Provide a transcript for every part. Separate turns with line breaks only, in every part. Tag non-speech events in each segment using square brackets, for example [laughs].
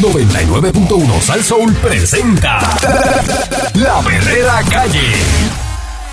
99.1 Sal Soul presenta La Verdadera Calle.
eh, eh,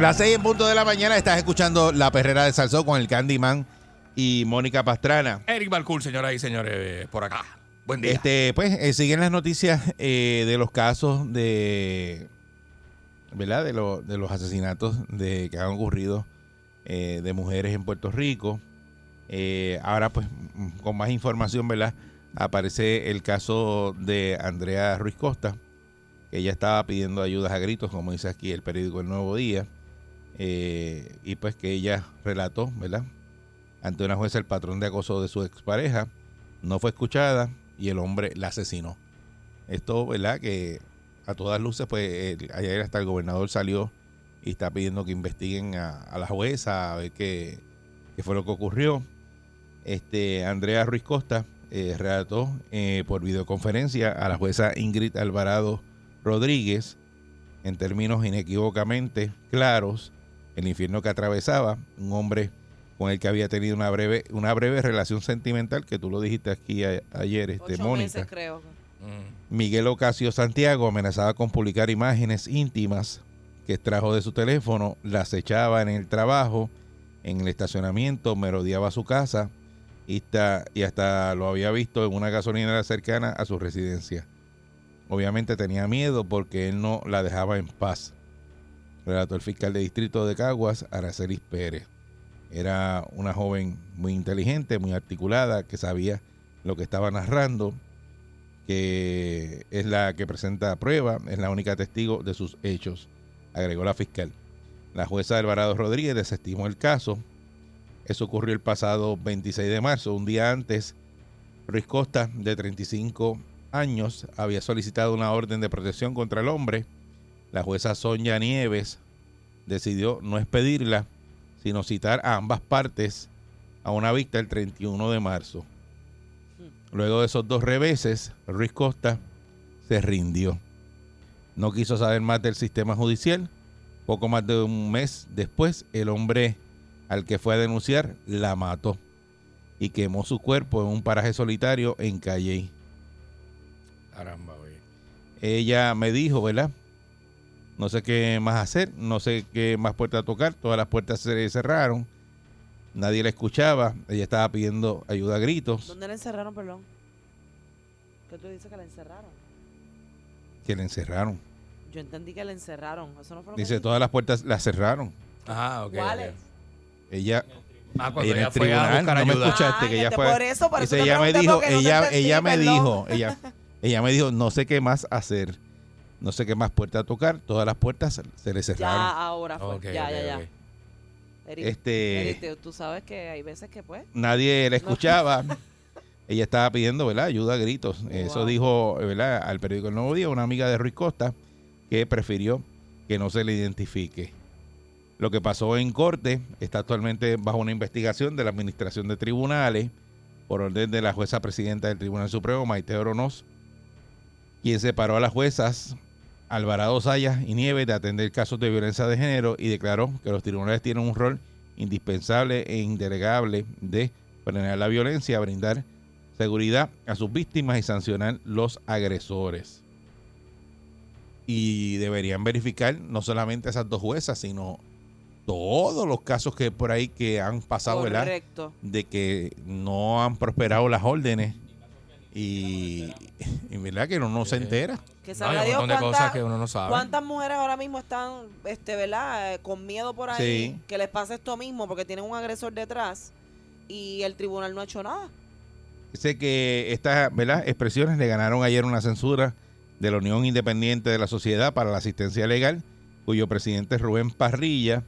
Las 6 en punto de la mañana estás escuchando La Perrera de Salsó con el Candyman y Mónica Pastrana.
Eric Balcour, señoras y señores, eh, por acá. Buen día.
Este, pues eh, siguen las noticias eh, de los casos de. ¿Verdad? De, lo- de los asesinatos de, que han ocurrido eh, de mujeres en Puerto Rico. Eh, ahora, pues, mm, con más información, ¿verdad? Aparece el caso de Andrea Ruiz Costa, que ella estaba pidiendo ayudas a gritos, como dice aquí el periódico El Nuevo Día. Eh, y pues que ella relató, ¿verdad? Ante una jueza el patrón de acoso de su expareja no fue escuchada y el hombre la asesinó. Esto, ¿verdad? Que a todas luces, pues el- ayer hasta el gobernador salió y está pidiendo que investiguen a, a la jueza, a ver qué, qué fue lo que ocurrió. Este, Andrea Ruiz Costa eh, relató eh, por videoconferencia a la jueza Ingrid Alvarado Rodríguez, en términos inequívocamente claros, el infierno que atravesaba un hombre con el que había tenido una breve, una breve relación sentimental, que tú lo dijiste aquí a- ayer, este,
Ocho
Mónica.
meses, creo.
Mm,
Miguel Ocasio Santiago amenazaba con publicar imágenes íntimas que extrajo de su teléfono, las echaba en el trabajo, en el estacionamiento, merodeaba su casa y hasta, y hasta lo había visto en una gasolinera cercana a su residencia. Obviamente tenía miedo porque él no la dejaba en paz, relató el fiscal de distrito de Caguas, Aracelis Pérez. Era una joven muy inteligente, muy articulada, que sabía lo que estaba narrando que es la que presenta prueba, es la única testigo de sus hechos, agregó la fiscal. La jueza Alvarado Rodríguez desestimó el caso. Eso ocurrió el pasado 26 de marzo, un día antes. Ruiz Costa, de 35 años, había solicitado una orden de protección contra el hombre. La jueza Sonia Nieves decidió no expedirla, sino citar a ambas partes a una vista el 31 de marzo. Luego de esos dos reveses, Ruiz Costa se rindió. No quiso saber más del sistema judicial. Poco más de un mes después, el hombre al que fue a denunciar la mató y quemó su cuerpo en un paraje solitario en Calley.
Caramba, güey.
Ella me dijo, ¿verdad? No sé qué más hacer, no sé qué más puertas tocar. Todas las puertas se cerraron. Nadie la escuchaba. Ella estaba pidiendo ayuda a gritos.
¿Dónde la encerraron, perdón? ¿Qué tú dices que la encerraron?
Que la encerraron.
Yo entendí que la encerraron. Eso no fue lo que
Dice,
dije.
todas las puertas las cerraron.
Ah, ok.
¿Cuáles?
Ella,
Ah, cuando
ella en
ella
el
fue a
tribunal,
buscar
no me
ayuda.
escuchaste, que
Ay,
ella
este,
fue.
por eso, por
dice,
eso te
ella me
pregunté,
dijo,
porque no te
ella,
entendí,
ella me
perdón.
dijo, [laughs] ella, ella me dijo, no sé qué más hacer, no sé qué más puerta tocar, todas las puertas se- se le
Ya,
cerraron.
ahora fue.
Ok,
ya,
ok,
ya, ya,
ok.
Eric, Eric,
Este,
te- tú sabes que hay veces que, pues,
nadie la escuchaba. [laughs] Ella estaba pidiendo, ¿verdad? Ayuda a gritos. Eso
Wow.
dijo, ¿verdad? Al periódico El Nuevo Día, una amiga de Ruiz Costa, que prefirió que no se le identifique. Lo que pasó en corte está actualmente bajo una investigación de la Administración de Tribunales por orden de la jueza presidenta del Tribunal Supremo, Maite Oronoz, quien separó a las juezas Alvarado Sayas y Nieves de atender casos de violencia de género y declaró que los tribunales tienen un rol indispensable e indelegable de frenar la violencia, brindar seguridad a sus víctimas y sancionar los agresores. Y deberían verificar no solamente esas dos juezas, sino todos los casos que por ahí que han pasado, ¿verdad?
correcto.
de que no han prosperado las órdenes y, y verdad que uno no se entera.
Que
No, hay
sabrá
un
Dios
montón de
cuánta-
cosas que uno no sabe.
cuántas mujeres ahora mismo están, este, ¿verdad? Eh, con miedo por ahí.
Sí.
Que les pasa esto mismo porque tienen un agresor detrás y el tribunal no ha hecho nada.
Sé que estas ¿verdad? expresiones le ganaron ayer una censura de la Unión Independiente de la Sociedad para la Asistencia Legal, cuyo presidente Rubén Parrilla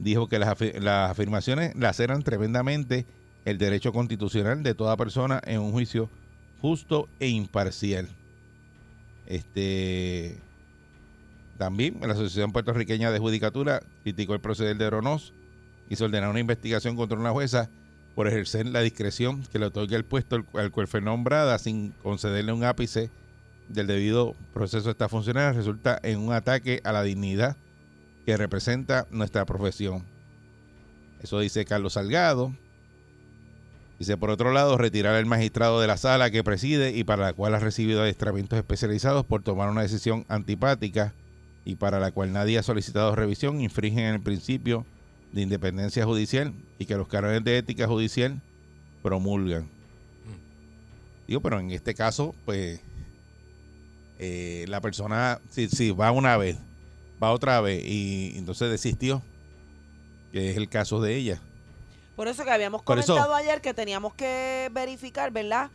dijo que las, afi- las afirmaciones laceran tremendamente el derecho constitucional de toda persona en un juicio justo e imparcial. Este también la Asociación Puertorriqueña de Judicatura criticó el proceder de Ronos y se ordenó una investigación contra una jueza por ejercer la discreción que le otorga el puesto al- al cual fue nombrada sin concederle un ápice del debido proceso de esta funcionaria resulta en un ataque a la dignidad que representa nuestra profesión. Eso dice Carlos Salgado. Dice, por otro lado, retirar al magistrado de la sala que preside y para la cual ha recibido adiestramientos especializados por tomar una decisión antipática y para la cual nadie ha solicitado revisión, infringen el principio de independencia judicial y que los cánones de ética judicial promulgan. Digo, pero en este caso, pues, eh, la persona, si, si va una vez, va otra vez y entonces desistió, que es el caso de ella.
Por eso que habíamos
Por eso-
comentado ayer que teníamos que verificar, ¿verdad?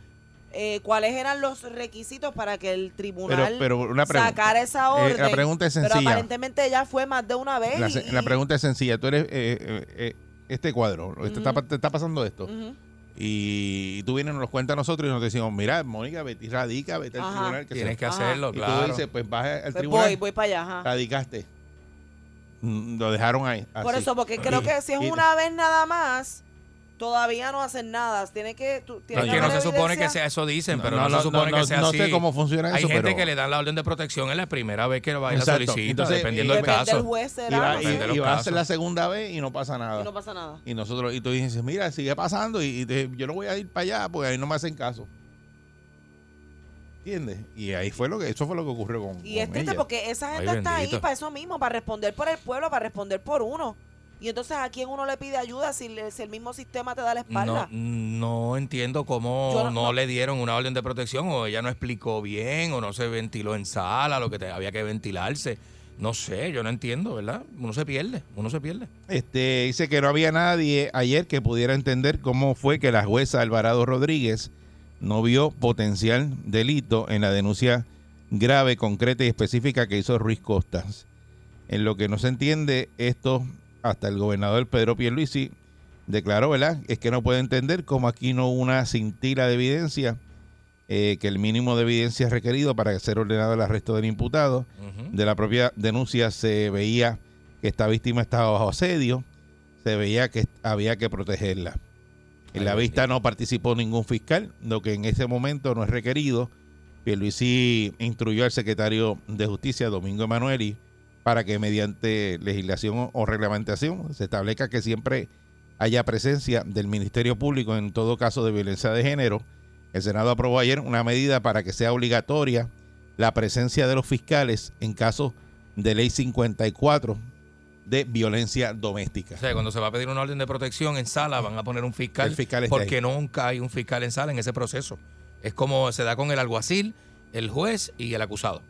Eh, cuáles eran los requisitos para que el
Pero,
tribunal
pero una pregunta.
sacara esa
Eh,
orden.
la pregunta es
Pero
sencilla.
aparentemente ya fue más de una vez.
La,
y-
se- la pregunta es sencilla. Tú eres eh, eh, eh, este cuadro, este está
Ujú.
pa- te está pasando esto.
Ujú.
Y tú vienes, nos lo cuentas a nosotros y nos decimos, mira, Mónica, vete y radica, vete al
Ajá.
tribunal. Que se-
Tienes que
Ajá.
hacerlo,
y tú
claro.
dices, pues vas al
Pues
tribunal,
voy, voy para allá. ajá.
radicaste. Mm, Lo dejaron ahí.
Por
así.
eso, porque creo que si es
Y-
una vez nada más, todavía no hacen nada. Tiene que. tú- tiene
No, es
que
que no
haber
se supone que
evidencia.
sea eso dicen,
No,
pero
no,
no,
no,
se supone
no,
que sea
no
así.
sé cómo funciona
Hay
eso,
gente
pero-
que le dan la orden de protección en la primera vez que lo va a ir a
Exacto.
solicitar,
Entonces,
dependiendo
y-
del
Depende del
caso.
juez,
Y, va, y-
será. no sé.
Depende de los
y va a
casos.
ser la segunda vez y no pasa nada.
Y no pasa nada.
Y nosotros, y tú dices, mira, sigue pasando, y, y te- yo no voy a ir para allá porque ahí no me hacen caso. ¿Entiendes? Y ahí fue lo que, eso fue lo que ocurrió con,
Y este es
con
triste
ella.
porque esa gente
Ay,
está ahí
bendito.
para eso mismo, para responder por el pueblo, para responder por uno. Y entonces, ¿a quién uno le pide ayuda si, le- si el mismo sistema te da la
No,
espalda?
no entiendo cómo
Yo
no,
no- no.
le dieron una orden de protección o ella no explicó bien o no se ventiló en sala, lo que te- había que ventilarse. No sé, yo no entiendo, ¿verdad? Uno se pierde, uno se pierde.
Este, dice que no había nadie ayer que pudiera entender cómo fue que la jueza Alvarado Rodríguez no vio potencial delito en la denuncia grave, concreta y específica que hizo Ruiz Costas. En lo que no se entiende esto, hasta el gobernador Pedro Pierluisi declaró, ¿verdad? Es que no puede entender cómo aquí no hubo una cintila de evidencia, eh, que el mínimo de evidencia requerido para ser ordenado el arresto del imputado
Ujú.
de la propia denuncia se veía que esta víctima estaba bajo asedio, se veía que había que protegerla. En la
Ay,
vista no participó ningún fiscal, lo que en ese momento no es requerido. Pierluisi instruyó al secretario de Justicia, Domingo Emanueli, para que mediante legislación o- o reglamentación se establezca que siempre haya presencia del Ministerio Público en todo caso de violencia de género. El Senado aprobó ayer una medida para que sea obligatoria la presencia de los fiscales en caso de ley 54 de violencia doméstica.
O sea, cuando se va a pedir una orden de protección en sala, van a poner un fiscal,
El fiscal está
porque nunca hay un fiscal en sala en ese proceso. Es como se da con el alguacil, el juez y el acusado.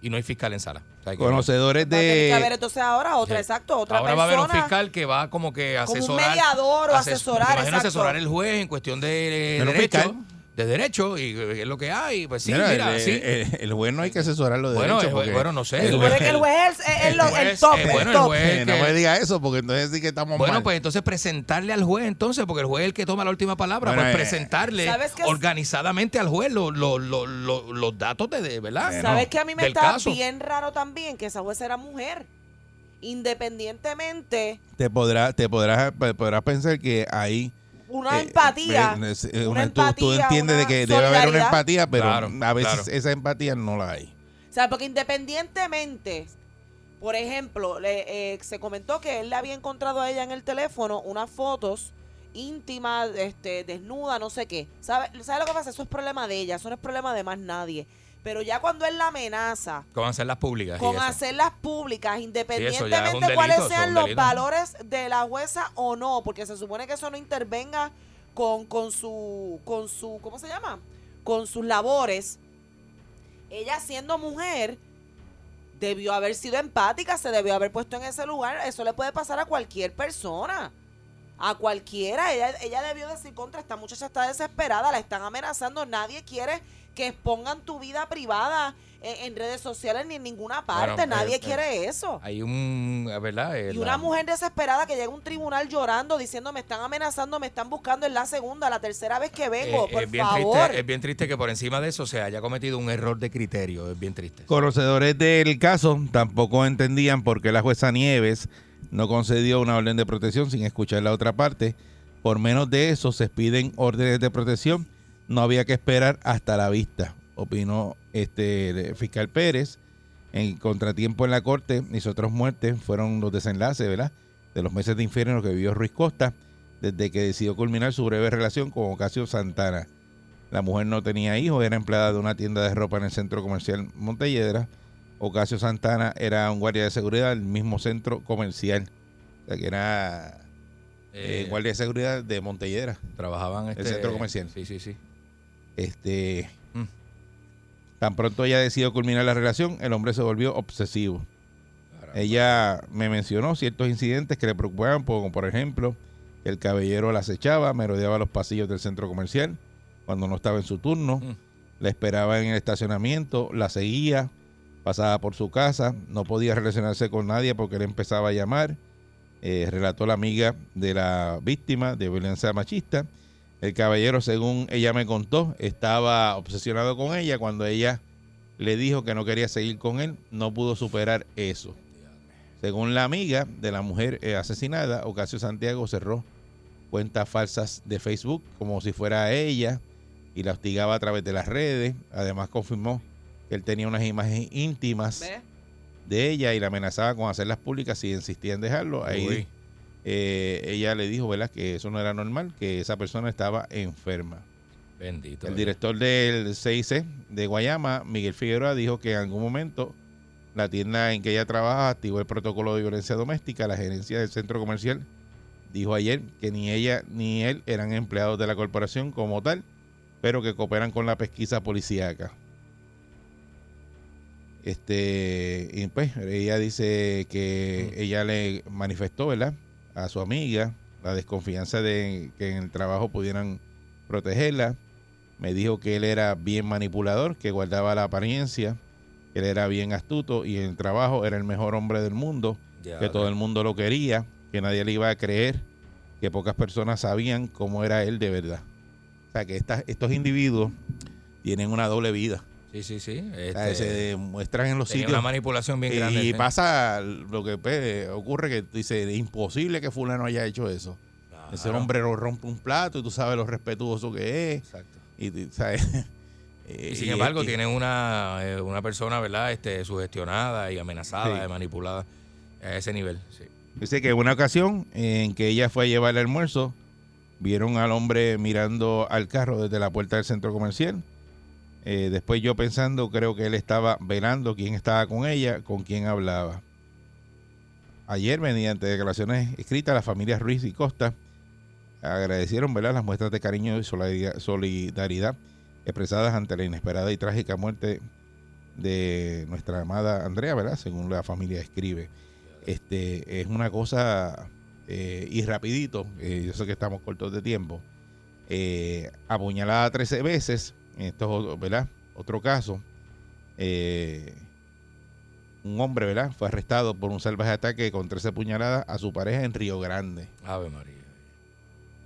Y no hay fiscal en sala. O sea, que
Conocedores
Va a tener que haber
de...
entonces ahora otra,
Sí.
exacto, otra
eh, Ahora va a
persona.
haber un fiscal que va como que
Como un
asesorar.
mediador o
ases-
asesorar,
me imagino
exacto.
asesorar el juez en cuestión de
Pero un
derecho.
fiscal.
De derecho y eh, es lo que hay. Pues sí,
Mira,
mira,
el,
sí.
el- el juez no hay que asesorarlo de
Bueno,
derecho,
el juez-
porque-
bueno, no sé,
el
el
Supone
juez-
que el juez es el, el, lo- el
juez,
top,
eh,
el
bueno, el
top.
juez-
Eh, no
que-
me diga eso, porque entonces sí que estamos
bueno,
mal.
pues entonces presentarle al juez, entonces, porque el juez es el que toma la última palabra,
Bueno,
pues
eh,
presentarle
¿Sabes qué es-
organizadamente al juez lo- lo- lo- lo- los datos de- de, ¿verdad?
¿Sabes que a mí me
Del
está
caso.
bien raro también que esa juez era mujer? Independientemente,
pues-
Te podrás, te podrás, pues, podrás pensar que ahí...
una
eh,
empatía.
eh, eh,
una
una- tú, tú
empatía,
entiendes de
una
que debe haber una
solidaridad.
empatía, pero
Claro,
a veces
claro.
esa empatía no la hay.
O sea, porque independientemente, por ejemplo, le- eh, se comentó que él le había encontrado a ella en el teléfono unas fotos íntimas, este, desnuda, no sé qué. ¿Sabe, ¿Sabe lo que pasa? Eso es problema de ella, eso no es problema de más nadie. Pero ya cuando él la amenaza
Con hacer las públicas. y
con
eso.
hacerlas públicas, independientemente
ya es un delito,
cuáles
eso es
sean
un
los
delito.
valores de la jueza o no, porque se supone que eso no intervenga con, con su, con su, ¿cómo se llama? Con sus labores. Ella siendo mujer debió haber sido empática, se debió haber puesto en ese lugar. Eso le puede pasar a cualquier persona. A cualquiera, ella, ella debió decir contra, esta muchacha está desesperada, la están amenazando, nadie quiere que expongan tu vida privada en, en redes sociales ni en ninguna parte,
Bueno,
nadie
eh, eh,
quiere eso.
Hay un, ¿verdad? Eh,
Y
la-
una mujer desesperada que llega a un tribunal llorando, diciendo me están amenazando, me están buscando, es la segunda, la tercera vez que
eh,
vengo, por
es, bien
favor.
Triste, es bien triste que por encima de eso se haya cometido un error de criterio. Es bien triste.
Conocedores del caso tampoco entendían por qué la jueza Nieves no concedió una orden de protección sin escuchar la otra parte. Por menos de eso se piden órdenes de protección. No había que esperar hasta la vista, opinó este el fiscal Pérez. En contratiempo en la corte, mis otras muertes fueron los desenlaces, ¿verdad? De los meses de infierno que vivió Ruiz Costa desde que decidió culminar su breve relación con Ocasio Santana. La mujer no tenía hijos, era empleada de una tienda de ropa en el centro comercial Montelledra. Ocasio Santana era un guardia de seguridad del mismo centro comercial. O sea, que era eh,
Eh,
guardia de seguridad de Montelledra.
Trabajaban este,
centro comercial.
Sí, sí, sí.
Este,
Mm.
Tan pronto ella decidió culminar la relación, el hombre se volvió obsesivo. Ella me mencionó ciertos incidentes que le preocupaban, como por ejemplo, que el caballero la acechaba, merodeaba los pasillos del centro comercial cuando no estaba en su turno,
Mm.
la esperaba en el estacionamiento, la seguía, pasaba por su casa, no podía relacionarse con nadie porque él empezaba a llamar, eh, relató la amiga de la víctima de violencia machista. El caballero, según ella me contó, estaba obsesionado con ella cuando ella le dijo que no quería seguir con él, no pudo superar eso. Según la amiga de la mujer eh, asesinada, Ocasio Santiago cerró cuentas falsas de Facebook como si fuera ella y la hostigaba a través de las redes. Además confirmó que él tenía unas imágenes íntimas
¿Ves?
de ella y la amenazaba con hacerlas públicas si insistía en dejarlo. Ahí
Uy.
eh, ella le dijo, ¿verdad?, que eso no era normal, que esa persona estaba enferma.
Bendito.
El director del CIC de Guayama, Miguel Figueroa, dijo que en algún momento la tienda en que ella trabaja activó el protocolo de violencia doméstica. La gerencia del centro comercial dijo ayer que ni ella ni él eran empleados de la corporación como tal, pero que cooperan con la pesquisa policíaca. Este, y pues ella dice que ella le manifestó, ¿verdad? A su amiga la desconfianza de que en el trabajo pudieran protegerla. Me dijo que él era bien manipulador, que guardaba la apariencia, que él era bien astuto y en el trabajo era el mejor hombre del mundo,
Ya,
que todo el mundo lo quería, que nadie le iba a creer, que pocas personas sabían cómo era él de verdad. O sea, que estas- estos individuos tienen una doble vida.
Sí, sí, sí.
O sea,
Este,
se demuestran en los
tenía
sitios.
una manipulación bien
Y,
grande.
y
sí.
pasa lo que pues, ocurre que dice, es imposible que fulano haya hecho eso.
Claro.
Ese hombre lo rompe un plato y tú sabes lo respetuoso que es.
Exacto.
Y, y, ¿sabes? Eh, [laughs]
Y sin
y-
embargo,
y-
tiene una, eh, una persona, ¿verdad? Este, sugestionada y amenazada
Sí.
y manipulada a ese nivel. Sí.
Dice que en una ocasión en que ella fue a llevar el almuerzo, vieron al hombre mirando al carro desde la puerta del centro comercial. Eh, después yo pensando, creo que él estaba velando quién estaba con ella, con quién hablaba. Ayer, mediante declaraciones escritas, las familias Ruiz y Costa agradecieron ¿verdad? las muestras de cariño y solidaridad- solidaridad expresadas ante la inesperada y trágica muerte de nuestra amada Andrea, ¿verdad? Según la familia escribe este es una cosa eh, y rapidito eh, yo sé que estamos cortos de tiempo eh, apuñalada 13 veces en estos otro- ¿verdad? otro caso eh, un hombre ¿verdad? fue arrestado por un salvaje ataque con 13 puñaladas a su pareja en Río Grande
Ave María.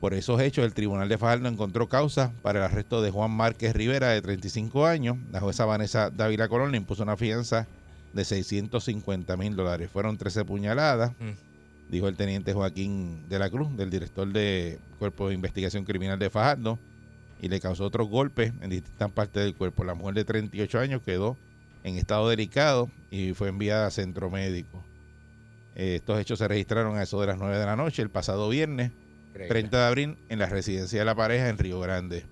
por esos hechos, el Tribunal de Fajardo encontró causa para el arresto de Juan Márquez Rivera, de 35 años. La jueza Vanessa Dávila Colón le impuso una fianza de 650 mil dólares. Fueron 13 puñaladas, dijo el teniente Joaquín de la Cruz, del director de Cuerpo de Investigación Criminal de Fajardo, y le causó otros golpes en distintas partes del cuerpo. La mujer de 38 años quedó en estado delicado y fue enviada a centro médico. Eh, estos hechos se registraron a eso de las 9 de la noche, el pasado viernes. 30 de abril en la residencia de la pareja en Río Grande.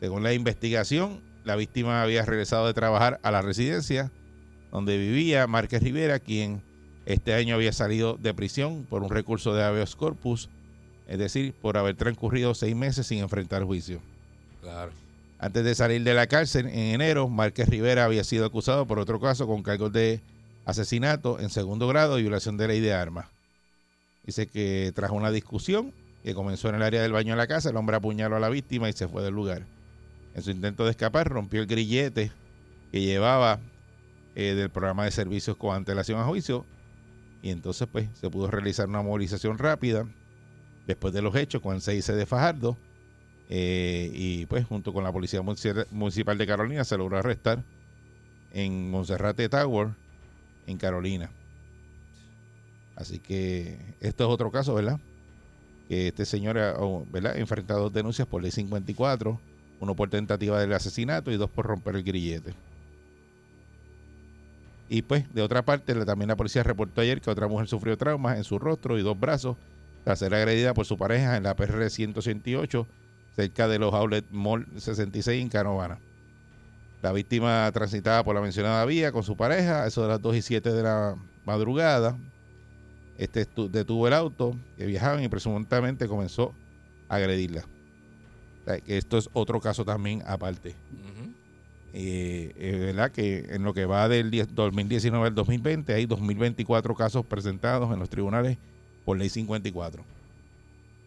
Según la investigación, la víctima había regresado de trabajar a la residencia donde vivía Márquez Rivera, quien este año había salido de prisión por un recurso de habeas corpus, es decir, por haber transcurrido seis meses sin enfrentar juicio.
Claro.
Antes de salir de la cárcel en enero, Márquez Rivera había sido acusado por otro caso con cargos de asesinato en segundo grado y violación de ley de armas. Dice que tras una discusión, que comenzó en el área del baño de la casa. El hombre apuñaló a la víctima y se fue del lugar. En su intento de escapar, rompió el grillete que llevaba eh, del programa de servicios con antelación a juicio. Y entonces, pues, se pudo realizar una movilización rápida después de los hechos con el CIC de Fajardo. Eh, y pues, junto con la Policía Munci- Municipal de Carolina, se logró arrestar en Monserrate Tower, en Carolina. Así que esto es otro caso, ¿verdad? Que este señor ha o, ¿verdad? ha enfrentado dos denuncias por ley 54, uno por tentativa del asesinato y dos por romper el grillete. Y pues, de otra parte, la- también la policía reportó ayer que otra mujer sufrió traumas en su rostro y dos brazos tras ser agredida por su pareja en la PR 168, cerca de los Outlet Mall 66 en Canovana. La víctima transitaba por la mencionada vía con su pareja, a eso de las 2 y 7 de la madrugada. Este estu- detuvo el auto que viajaban y presuntamente comenzó a agredirla. O sea, que esto es otro caso también aparte.
Ujú.
Eh, eh, ¿Verdad? Que en lo que va del 10 2019 al 2020 hay 2024 casos presentados en los tribunales por ley 54.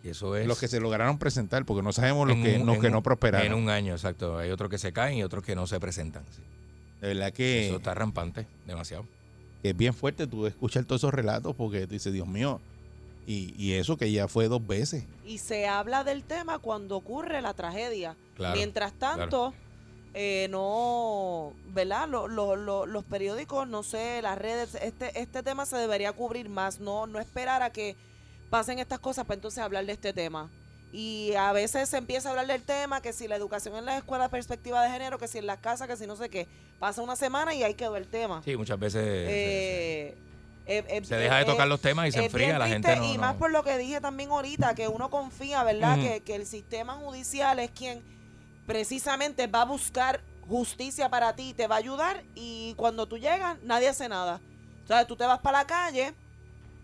Y eso es.
Los que se lograron presentar, porque no sabemos los
en
que,
un-
los
en
que
un-
no prosperaron.
En un año, exacto. Hay otros que se caen y otros que no se presentan. sí.
De verdad que...
Eso está rampante, demasiado.
que es bien fuerte tú escuchar todos esos relatos porque tú dices, Dios mío, y, y eso que ya fue dos veces.
Y se habla del tema cuando ocurre la tragedia.
Claro.
Mientras tanto, eh, no, ¿verdad? Lo- lo- lo- los periódicos, no sé, las redes, este, este tema se debería cubrir más, no, no esperar a que pasen estas cosas para entonces hablar de este tema. Y a veces se empieza a hablar del tema, que si la educación en las escuelas, perspectiva de género, que si en las casas, que si no sé qué. Pasa una semana y hay que ver el tema.
Sí, muchas veces se-
Eh, eh, eh,
se, se deja de
eh,
tocar los temas y se
es
enfría.
bien
La
triste,
gente no.
y
no-
más por lo que dije también ahorita, que uno confía, ¿verdad?
Ujú.
que, que el sistema judicial es quien precisamente va a buscar justicia para ti, te va a ayudar y cuando tú llegas nadie hace nada. O sea, tú te vas para la calle,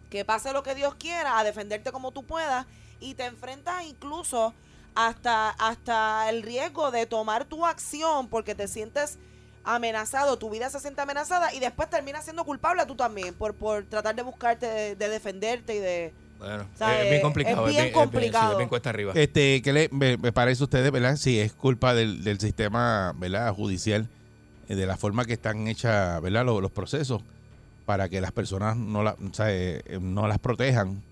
que pase lo que Dios quiera, a defenderte como tú puedas y te enfrentas incluso hasta, hasta el riesgo de tomar tu acción porque te sientes amenazado, tu vida se siente amenazada y después terminas siendo culpable tú también por, por tratar de buscarte, de, de defenderte y de...
Bueno,
O sea,
es,
es-
bien complicado.
es bien
sí,
complicado.
es bien cuesta arriba.
Este, ¿qué le, me, me parece a ustedes, verdad? Si es culpa del, del sistema, ¿verdad? Judicial, eh, de la forma que están hechas, ¿verdad? Los, los procesos para que las personas no, la, o sea, eh, eh, no las protejan.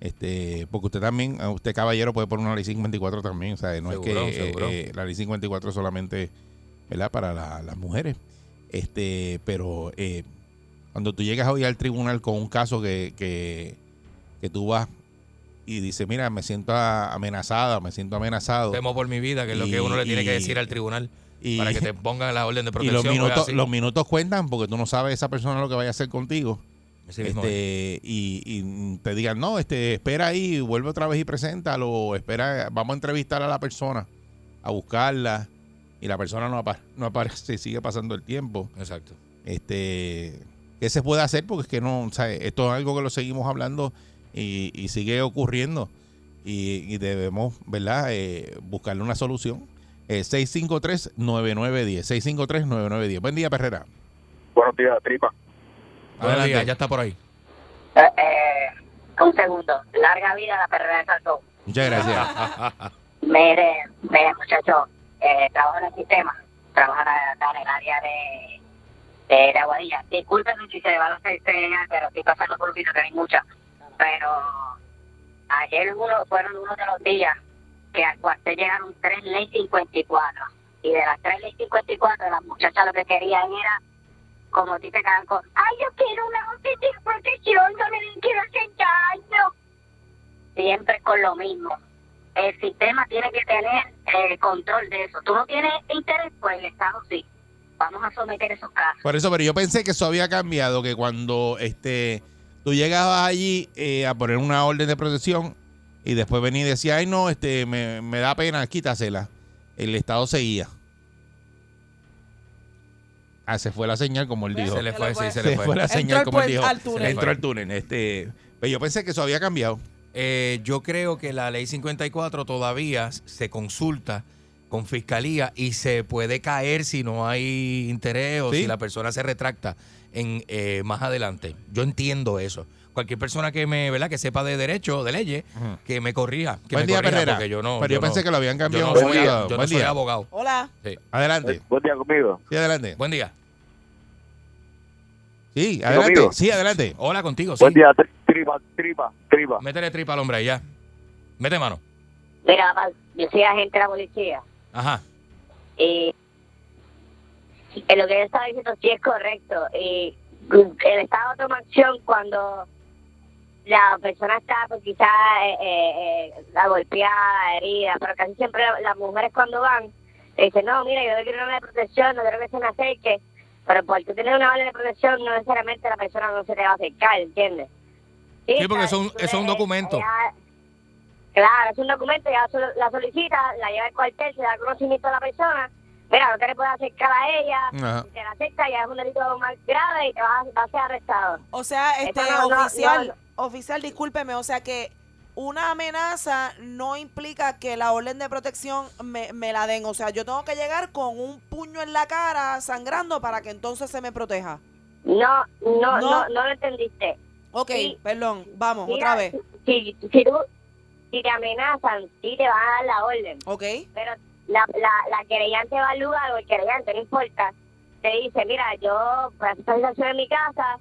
Este, porque usted también, a usted caballero puede poner una ley 54 también, o sea, no
Seguro,
es que eh,
seguro.
eh, la ley 54 es solamente, ¿verdad? Para la- las mujeres. Este, pero eh, cuando tú llegas hoy al tribunal con un caso que, que, que tú vas y dices, mira, me siento a- amenazada, me siento amenazado.
Temo por mi vida, que es lo que
Y-
uno le tiene que
y-
decir al tribunal
Y, [laughs]
para que te pongan la orden de
y
protección.
los, minutos,
así.
los minutos cuentan porque tú no sabes esa persona lo que vaya a hacer contigo.
Así mismo es.
este, y, y te digan, no, este, espera ahí, vuelve otra vez y preséntalo, o espera, vamos a entrevistar a la persona, a buscarla, y la persona no, apa- no aparece, [laughs] sigue pasando el tiempo.
Exacto.
este qué se puede hacer porque es que no o sea, esto es algo que lo seguimos hablando y, y sigue ocurriendo y, y debemos verdad Eh, buscarle una solución Eh, 653 9910 653 9910 buen día Perrera
Buenos días, tripa.
Buenos
Adelante.
días, ya está por ahí.
Eh, eh, un segundo. Larga vida a la perrera de Salto.
muchas gracias [laughs]
Mire, mire, muchacho, eh, trabajo en el sistema. Trabajo en la- acá en el área de, de, de Aguadilla. Discúlpeme si se va a los seis señas, pero estoy pasando por un sitio que hay muchas. Pero ayer uno, fueron uno de los días que al cuartel llegaron tres ley 54. Y de las tres ley 54, las muchachas lo que querían era como a ti te cagan con, ay, yo quiero una justicia de protección, yo le quiero hacer daño. Siempre con lo mismo. El sistema tiene que tener eh, control de eso. Tú no tienes interés, pues el Estado sí. Vamos a someter esos casos.
por eso pero yo pensé que eso había cambiado que cuando este tú llegabas allí eh, a poner una orden de protección y después venía y decía ay no este me, me da pena quítasela el estado seguía ah se fue la señal como él
Pues,
dijo
Se le
Se
fue,
le
sí,
fue.
se
se,
le
fue.
fue.
la
Entró
señal,
al
como él
puen-
dijo.
al túnel.
Entró al túnel. Este, pero yo pensé que eso había cambiado.
Eh, yo creo que la ley 54 todavía se consulta con fiscalía y se puede caer si no hay interés o
Sí.
si la persona se retracta en eh, más adelante. Yo entiendo eso. Cualquier persona que me, ¿verdad? Que sepa de derecho, de leyes,
Ujú.
que me corrija, que
Buen
me
día,
corrija,
Perrera.
porque yo no.
Pero
no-
yo pensé que lo habían cambiado
Yo
a
no
un
soy,
abogado.
yo no
Buen
soy
día.
abogado.
Hola.
Adelante.
Eh, Buen día conmigo.
Sí, adelante.
Buen día.
Sí, adelante.
conmigo?
Sí, adelante.
Hola contigo.
Buen
sí.
día, tri- tripa, tripa, tripa.
Métele tripa al hombre ahí, ya. Mete mano.
Mira, Amal, yo soy agente de la policía.
Ajá.
Y Eh, en lo que él estaba diciendo sí es correcto. Eh, Y el Estado toma acción cuando la persona está pues, quizá eh, eh, eh, la golpeada, herida, pero casi siempre las mujeres cuando van le dicen, no, mira, yo quiero una orden de protección, no quiero que se me acerque. Pero por tú tener una orden de protección, no necesariamente la persona no se te va a acercar, ¿entiendes?
Sí, porque eso es un-
tú
eso es un
le-
documento.
ella- Claro, es un documento, ya sol- la solicita, la lleva al cuartel, se da conocimiento a la persona. Mira, no te le puedes acercar a ella.
Ajá.
Si te la acercas, ya es un delito más grave y te vas, a- vas a ser arrestado.
O sea, este
Esta no, no,
oficial,
no,
oficial, discúlpeme, o sea que una amenaza no implica que la orden de protección me, me la den. O sea, yo tengo que llegar con un puño en la cara, sangrando, para que entonces se me proteja.
No, no,
No.
no, no, lo entendiste.
Ok,
Sí.
perdón, vamos,
Mira,
otra vez.
Si, si tú, si te amenazan, sí te van a dar la orden.
Ok,
pero la, la, la querellante va al lugar o el querellante, no importa, te dice, mira, yo para esta situación en mi casa,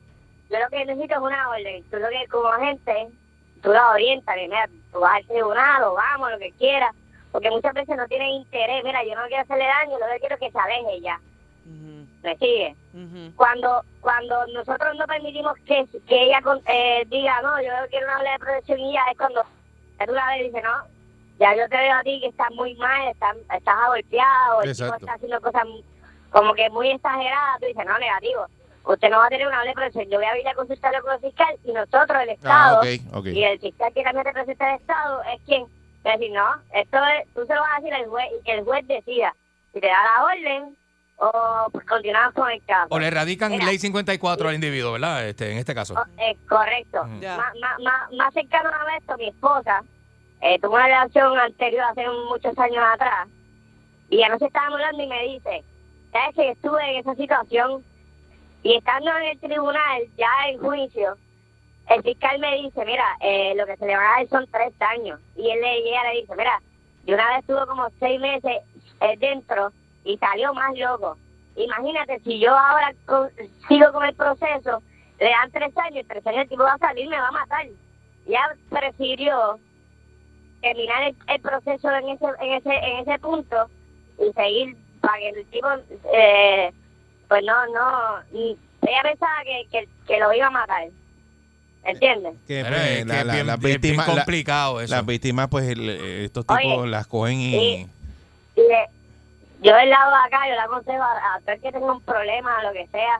yo lo que necesito es una orden. Tú lo que como agente, tú la orientas, y mira, tú vas al tribunal o vamos, lo que quieras, porque muchas veces no tienen interés, mira, yo no quiero hacerle daño, lo que quiero es que se aleje ya,
ujú,
¿me sigue?
ujú,
cuando cuando nosotros no permitimos que, que ella con- eh, diga, no, yo quiero una ola de protección y ya es cuando tú la ves y dices, no, ya yo te veo a ti que estás muy mal, estás, estás golpeado, el tipo
Exacto.
está haciendo cosas mu- como que muy exageradas, tú dices, no, negativo, usted no va a tener una ola de protección, yo voy a ir a consultarlo con el fiscal y nosotros, el Estado,
Ah, ok, ok.
y el fiscal que también representa al Estado es quien va a decir, no, esto es, tú se lo vas a decir al juez y que el juez decida si te da la orden o pues, continuamos con el caso.
O le erradican
Mira.
ley 54 al individuo, ¿verdad? Este, en este caso.
Oh, eh, correcto.
Ujú.
Ya.
Má- má- má- Más cercano a esto, mi esposa eh, tuvo una relación anterior hace un- muchos años atrás y ya no se estaba hablando y me dice, ¿sabes que yo estuve en esa situación? Y estando en el tribunal, ya en juicio, el fiscal me dice, mira, eh, lo que se le va a dar son tres años. Y él le, y ella le dice, mira, yo una vez estuve como seis meses eh, dentro y salió más loco. Imagínate, si yo ahora con- sigo con el proceso, le dan tres años, en tres años el tipo va a salir, me va a matar. Ya prefirió terminar el, el proceso en ese, en ese, en ese punto y seguir para que el tipo, eh, pues no, no, y ella pensaba que, que, que lo iba a matar. ¿Entiendes?
Que,
Pero
pues,
es que
la-
es
la-
bien-
las
es bien
víctimas, la-
complicado eso.
las víctimas, pues el- eh, estos tipos
Oye, eh,
las cogen y...
sí. Y le- yo del lado de acá, yo le aconsejo a, a todo el que tenga un problema, lo que sea,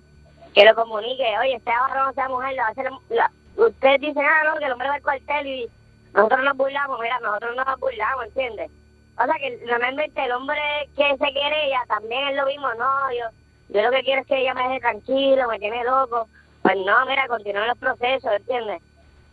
que lo comunique. Oye, sea varón, sea mujer, lo hace la- la- ustedes dicen, ah, no, que el hombre va al cuartel y nosotros nos burlamos. Mira, nosotros nos burlamos, ¿entiendes? O sea, que normalmente el hombre que se quiere, ella también es lo mismo, no, yo, yo lo que quiero es que ella me deje tranquilo, me tiene loco. Pues no, mira, continúen los procesos, ¿entiendes?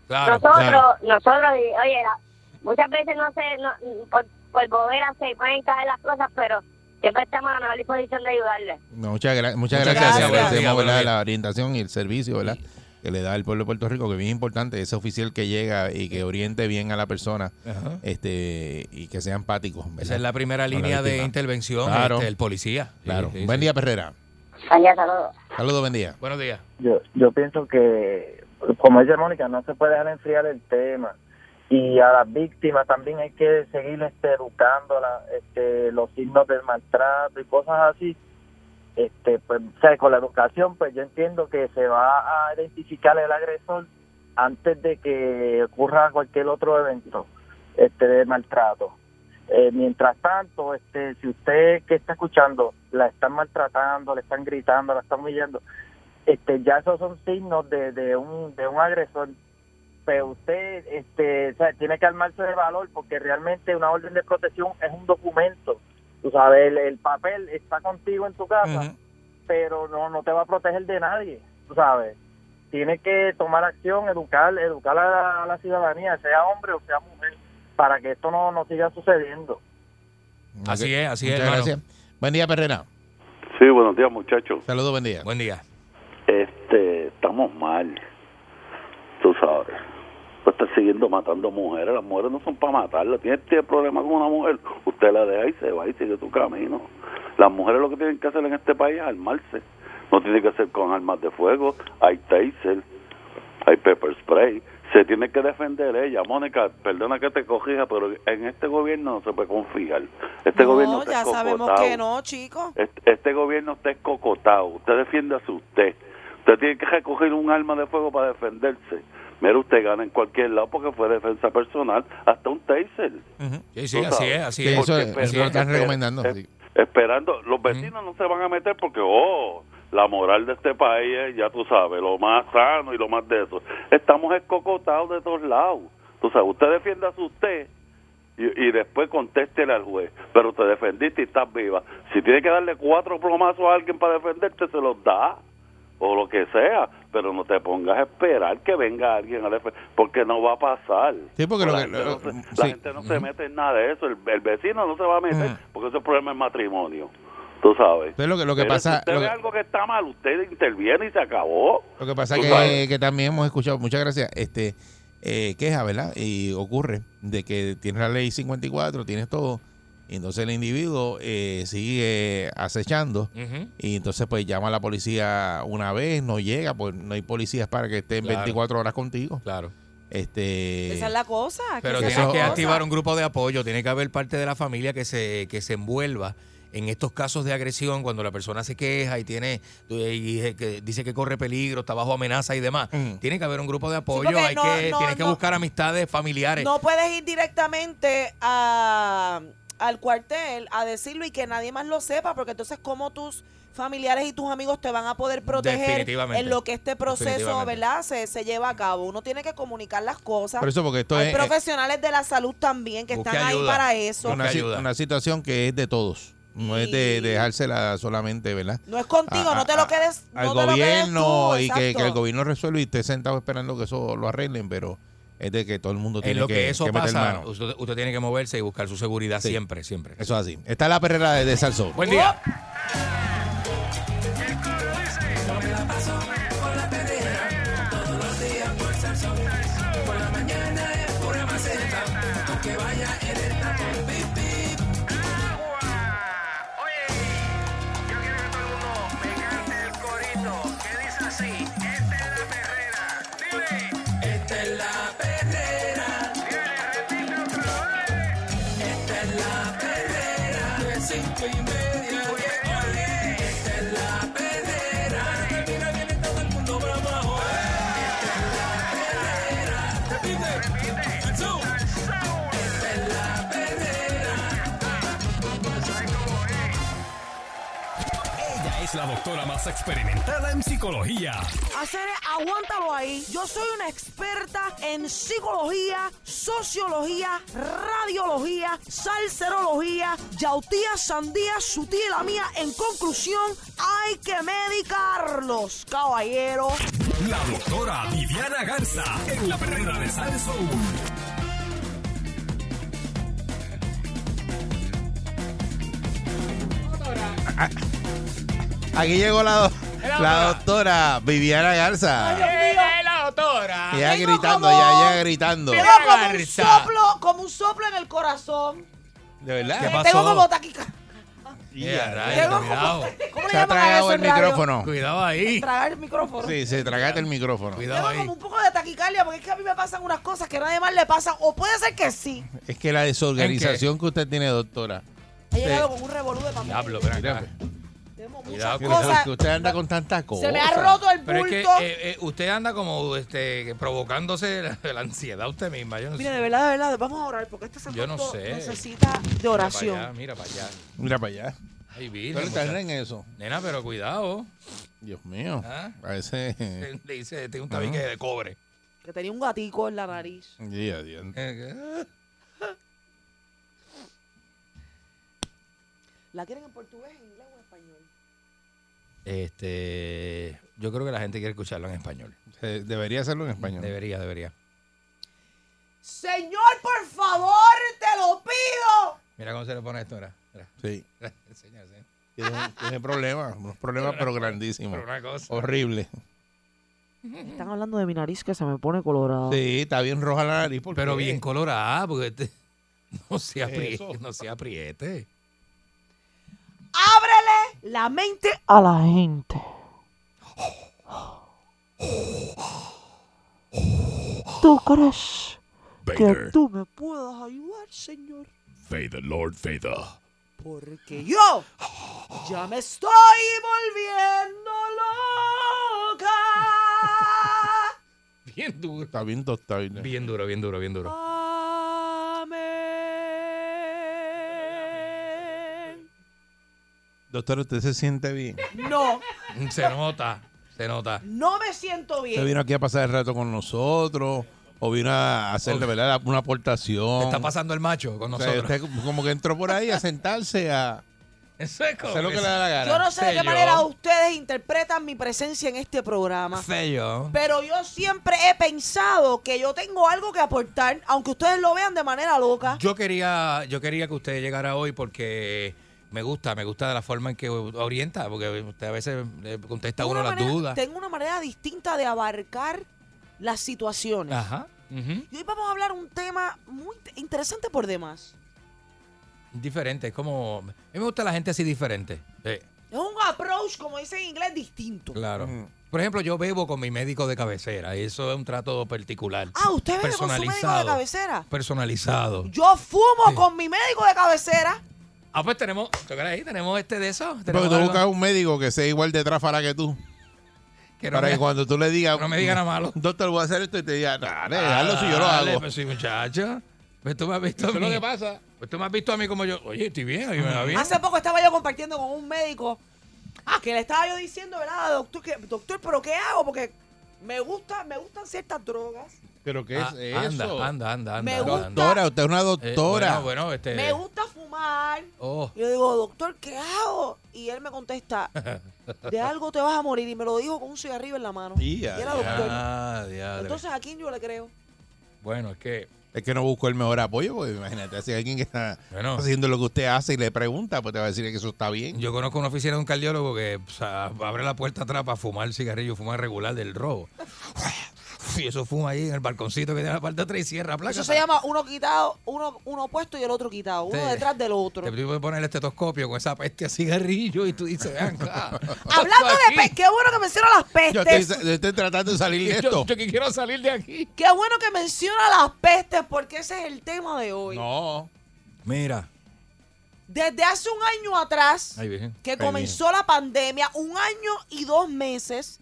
claro,
nosotros,
claro.
nosotros, y, oye, la- muchas veces no sé, no, por, por bobera se pueden caer las cosas, pero siempre estamos a la mejor disposición de ayudarle.
No, muchas, gra-
Muchas
muchas gracias.
gracias.
Agradecemos
Buenos días,
¿verdad?
buenos
la orientación y el servicio ¿verdad? que le da el pueblo de Puerto Rico, que es bien importante, ese oficial que llega y que oriente bien a la persona
Ajá.
este y que sea empático. ¿verdad?
Esa es la primera
Con la
línea de
víctima. Ah,
intervención
Claro.
este, el policía. Sí,
Claro.
sí,
buen
sí.
día, Perrera.
Allá, saludos.
Saludos, buen día.
Buenos días.
yo, yo pienso que, como dice Mónica, no se puede dejar enfriar el tema. Y a las víctimas también hay que seguir este, educándolas, este, los signos del maltrato y cosas así. Este, pues, o sea, con la educación, pues yo entiendo que se va a identificar el agresor antes de que ocurra cualquier otro evento este, de maltrato. Eh, mientras tanto, este, si usted que está escuchando la están maltratando, le están gritando, la están humillando, este ya esos son signos de, de un de un agresor pero usted este o sea, tiene que armarse de valor porque realmente una orden de protección es un documento tú sabes el, el papel está contigo en tu casa
Ujú.
pero no no te va a proteger de nadie tú sabes tiene que tomar acción educar educar a la, a la ciudadanía sea hombre o sea mujer para que esto no no siga sucediendo
Así
Ok,
es, así
Muchas
es, hermano.
gracias. Buen día, Perrera.
Sí, buenos días, muchachos.
Saludos, buen día.
Buen día.
Este, estamos mal. Tú sabes. Tú estás siguiendo matando mujeres. Las mujeres no son para matarlas. Tienes este problema con una mujer. Usted la deja y se va y sigue su camino. Las mujeres lo que tienen que hacer en este país es armarse. No tiene que hacer con armas de fuego. Hay taser. hay pepper spray. Se tiene que defender ella. Mónica, perdona que te cogija, pero en este gobierno no se puede confiar. Este gobierno
No,
está
ya sabemos
escocotado.
que no, chicos.
Este, este gobierno está escocotado. Usted defiéndase usted. Usted tiene que recoger un arma de fuego para defenderse. Mira, usted gana en cualquier lado porque fue defensa personal, hasta un taser.
Sí, sí,
Tú
así
sabes.
es, así
Sí,
es.
eso
Porque
es,
esper-
eso lo están
esper-
recomendando,
es-
sí.
Esperando, los vecinos no se van a meter porque, oh, la moral de este país es, ya tú sabes, lo más sano y lo más de eso. Estamos escocotados de todos lados. Tú sabes, usted defiéndase usted y, y después contéstele al juez. Pero te defendiste y estás viva. Si tiene que darle cuatro plomazos a alguien para defenderte, se los da o lo que sea, pero no te pongas a esperar que venga alguien a defender, porque no va a pasar.
Sí, porque lo
la
que-
gente
lo-
no se,
sí.
la gente no se mete en nada de eso, el, el vecino no se va a meter,
Ujú.
porque ese es problema del matrimonio, tú sabes.
Entonces, lo que, lo que
Pero si
pasa...
usted
lo
ve
que-
algo que está mal, usted interviene y se acabó.
Lo que pasa
Tú
que,
sabes.
que también hemos escuchado, muchas gracias, este eh, queja, ¿verdad? Y ocurre de que tienes la ley 54, tienes todo, y entonces el individuo eh, sigue acechando,
Ujú.
y entonces pues llama a la policía una vez, no llega, pues no hay policías para que estén
Claro.
24 horas contigo.
Claro.
Este,
Esa es la cosa. que
Pero
esa es
tienes
la
eso-
que
cosa.
activar un grupo de apoyo, tiene que haber parte de la familia que se, que se envuelva en estos casos de agresión cuando la persona se queja y tiene y que dice que corre peligro, está bajo amenaza y demás.
Mm.
Tiene que haber un grupo de apoyo,
porque
hay
no-
que,
no-
tienes que
no-
buscar amistades familiares.
No puedes ir directamente a, al cuartel a decirlo y que nadie más lo sepa, porque entonces cómo tus familiares y tus amigos te van a poder proteger
Definitivamente.
en lo que este proceso
Definitivamente.
¿verdad? Se, se lleva a cabo. Uno tiene que comunicar las cosas.
por eso, porque esto
Hay
es, eh,
profesionales de la salud también que
busque
están ahí
ayuda.
para eso.
una,
que
si-
ayuda.
una situación que es de todos, no es
Sí.
de dejársela solamente, ¿verdad?
No es contigo,
a-
no te
a-
lo quedes.
al
no te lo quedes
gobierno
tú,
y que,
exacto.
que el gobierno resuelva y esté sentado esperando que eso lo arreglen, pero es de que todo el mundo tiene
en lo que,
que,
eso
que meter
pasa,
mano.
usted, usted tiene que moverse y buscar su seguridad
Sí.
siempre, siempre.
Eso es así. Está la perrera de, de Salsón.
Buen día.
Ella es la doctora más experimentada en psicología.
Hacer, aguántalo ahí. Yo soy una experta en psicología, sociología, radiología, salserología, yautía, sandía, su tía y la mía. En conclusión, hay que medicarlos, caballero.
La doctora Viviana Garza en la perrera de Salsoul.
Ah, Aquí llegó la, do- la doctora Viviana Garza.
la doctora!
Ella
Vengo
gritando,
como-
ella, ella gritando.
Pero- Tengo como un soplo-
como un soplo en el corazón. Eh,
De verdad.
¿Qué pasó? Tengo como
taquica.
Ya, rayos, cuidado,
¿Cómo
Se ha tragado el micrófono.
cuidado ahí,
Tragar el micrófono.
Sí, se tragaste el micrófono.
cuidado
Tengo
ahí.
como un poco de taquicardia porque es que a mí me pasan unas cosas que a nadie más le pasan. O puede ser que sí.
Es que la desorganización que usted tiene, doctora.
He llegado con un revolú de mamá.
Diablo, ven acá.
Mira,
Tenemos
Cuidado,
muchas
que
cosas.
que usted anda con tantas cosas.
Se me ha roto el
Pero es que
bulto.
eh, eh, usted anda como este, que provocándose la, la ansiedad usted misma. Yo no
Mira,
sé.
de verdad, de verdad, vamos a orar porque este
Yo no
santo
sé.
necesita de
Mira para allá,
oración.
mira para allá.
Mira para allá.
Ay, Virgen,
Pero estás
muchacho.
en eso.
Nena, pero
[laughs]
cuidado.
Dios mío.
Ah.
Parece.
Le dice, tiene un tabique de cobre.
Que tenía un gatico en
[laughs]
la nariz.
Día, día.
[laughs] Eh,
¿La quieren en portugués, en inglés o en español?
eh. Este, yo creo que la gente quiere escucharlo en español.
Se- Debería hacerlo en español.
Debería, debería.
Señor, por favor, te lo pido.
Mira cómo se le pone esto ahora. [laughs]
Sí.
Enseña, enseña.
Tiene, tiene problemas, unos problemas, pero grandísimos.
Pero una cosa.
Horrible.
Están hablando de mi nariz que se me pone colorada.
Sí, está bien roja la nariz. ¿por
Pero
qué?
bien colorada, porque te- [laughs] no, se
Eso.
apriete, no se apriete.
Ábrele la mente a la gente. ¿Tú crees que tú me puedas ayudar, Señor?
Vader, Lord Vader.
Porque yo ya me estoy volviendo loca.
Bien duro.
Está bien tostado. ¿no?
Bien duro, bien duro, bien duro.
Amén.
Doctor, ¿usted se siente bien?
No,
Se nota, se nota.
no me siento
¿Usted
bien.
vino aquí a pasar el rato con nosotros? ¿O vino a hacer de verdad una aportación?
Está pasando el macho con
O sea,
nosotros.
usted como que entró por ahí a sentarse
[laughs]
a
Eso es como
hacer lo que
que
le da la
Yo
gana.
no sé de qué
Sello.
manera ustedes interpretan mi presencia en este programa.
Sello.
Pero yo siempre he pensado que yo tengo algo que aportar, aunque ustedes lo vean de manera loca.
Yo quería, yo quería que usted llegara hoy porque me gusta, me gusta de la forma en que orienta, porque usted a veces le contesta a
Tengo
uno
una
las
manera-
dudas.
Tengo una manera distinta de abarcar las situaciones.
Ajá. ujú.
Y hoy vamos a hablar un tema muy interesante por demás.
Diferente, es como. A mí me gusta la gente así diferente. Sí,
Es un approach, como dice en inglés, distinto.
claro.
Ujú.
Por ejemplo, yo bebo con mi médico de cabecera. y Eso es un trato particular.
Ah, usted viene con su médico de
personalizado.
cabecera.
Personalizado.
Yo fumo
Sí.
con mi médico de cabecera.
Ah, pues tenemos. tocar ahí, tenemos este de eso.
Porque
tenemos
tú
algo
buscas un médico que sea igual de tráfara que tú.
que no
para
me-
que cuando tú le digas.
no me diga nada malo.
Doctor, voy a hacer esto y te diga, dale, déjalo si yo lo
Dale,
hago.
Pues sí, muchacho. Pues tú me has visto a
Eso es lo
mí.
que pasa.
Pues tú me has visto a mí como yo. Oye, estoy bien, a mí me va bien.
Hace poco estaba yo compartiendo con un médico ah, que le estaba yo diciendo, ¿verdad, doctor? que- doctor, ¿pero qué hago? Porque me gusta, me gustan ciertas drogas.
[laughs] ¿Pero qué
Ah, anda, anda, anda, anda.
Me
anda,
gusta.
anda.
Doctora, usted es una
Eh,
doctora.
bueno, bueno, este.
Me gusta fumar.
Oh,
Y Yo digo, doctor, ¿qué hago? Y él me
[laughs]
contesta, de algo te vas a morir. Y me lo dijo con un cigarrillo en la mano. Y
Ya,
era
ya.
doctor.
ah, diadre.
Entonces, ¿a quién yo le creo?
bueno, es que.
Es que no buscó el mejor apoyo, porque imagínate, si alguien que está
Bueno.
haciendo lo que usted hace y le pregunta, pues te va a decir que eso está bien.
Yo conozco una oficina de un cardiólogo que o sea, abre la puerta atrás para fumar cigarrillo, fumar regular del robo. [laughs] Y eso fuma ahí en el balconcito que tiene la parte atrás y cierra placa.
Eso se llama uno quitado, uno, uno puesto y el otro quitado. Uno
Sí.
detrás del otro.
Te puedes poner el estetoscopio con esa peste a cigarrillo y tú dices, "Ah,
[laughs]
vean acá.
Hablando de
Aquí.
pestes, qué bueno que menciona las
Yo estoy,
pestes.
yo estoy tratando de salir de esto.
Yo, yo que quiero salir de aquí.
Qué bueno que menciona las pestes porque ese es el tema de hoy.
No.
Mira.
Desde hace un año atrás,
Ay, Virgen.
que
Ay,
comenzó la pandemia, un año y dos meses,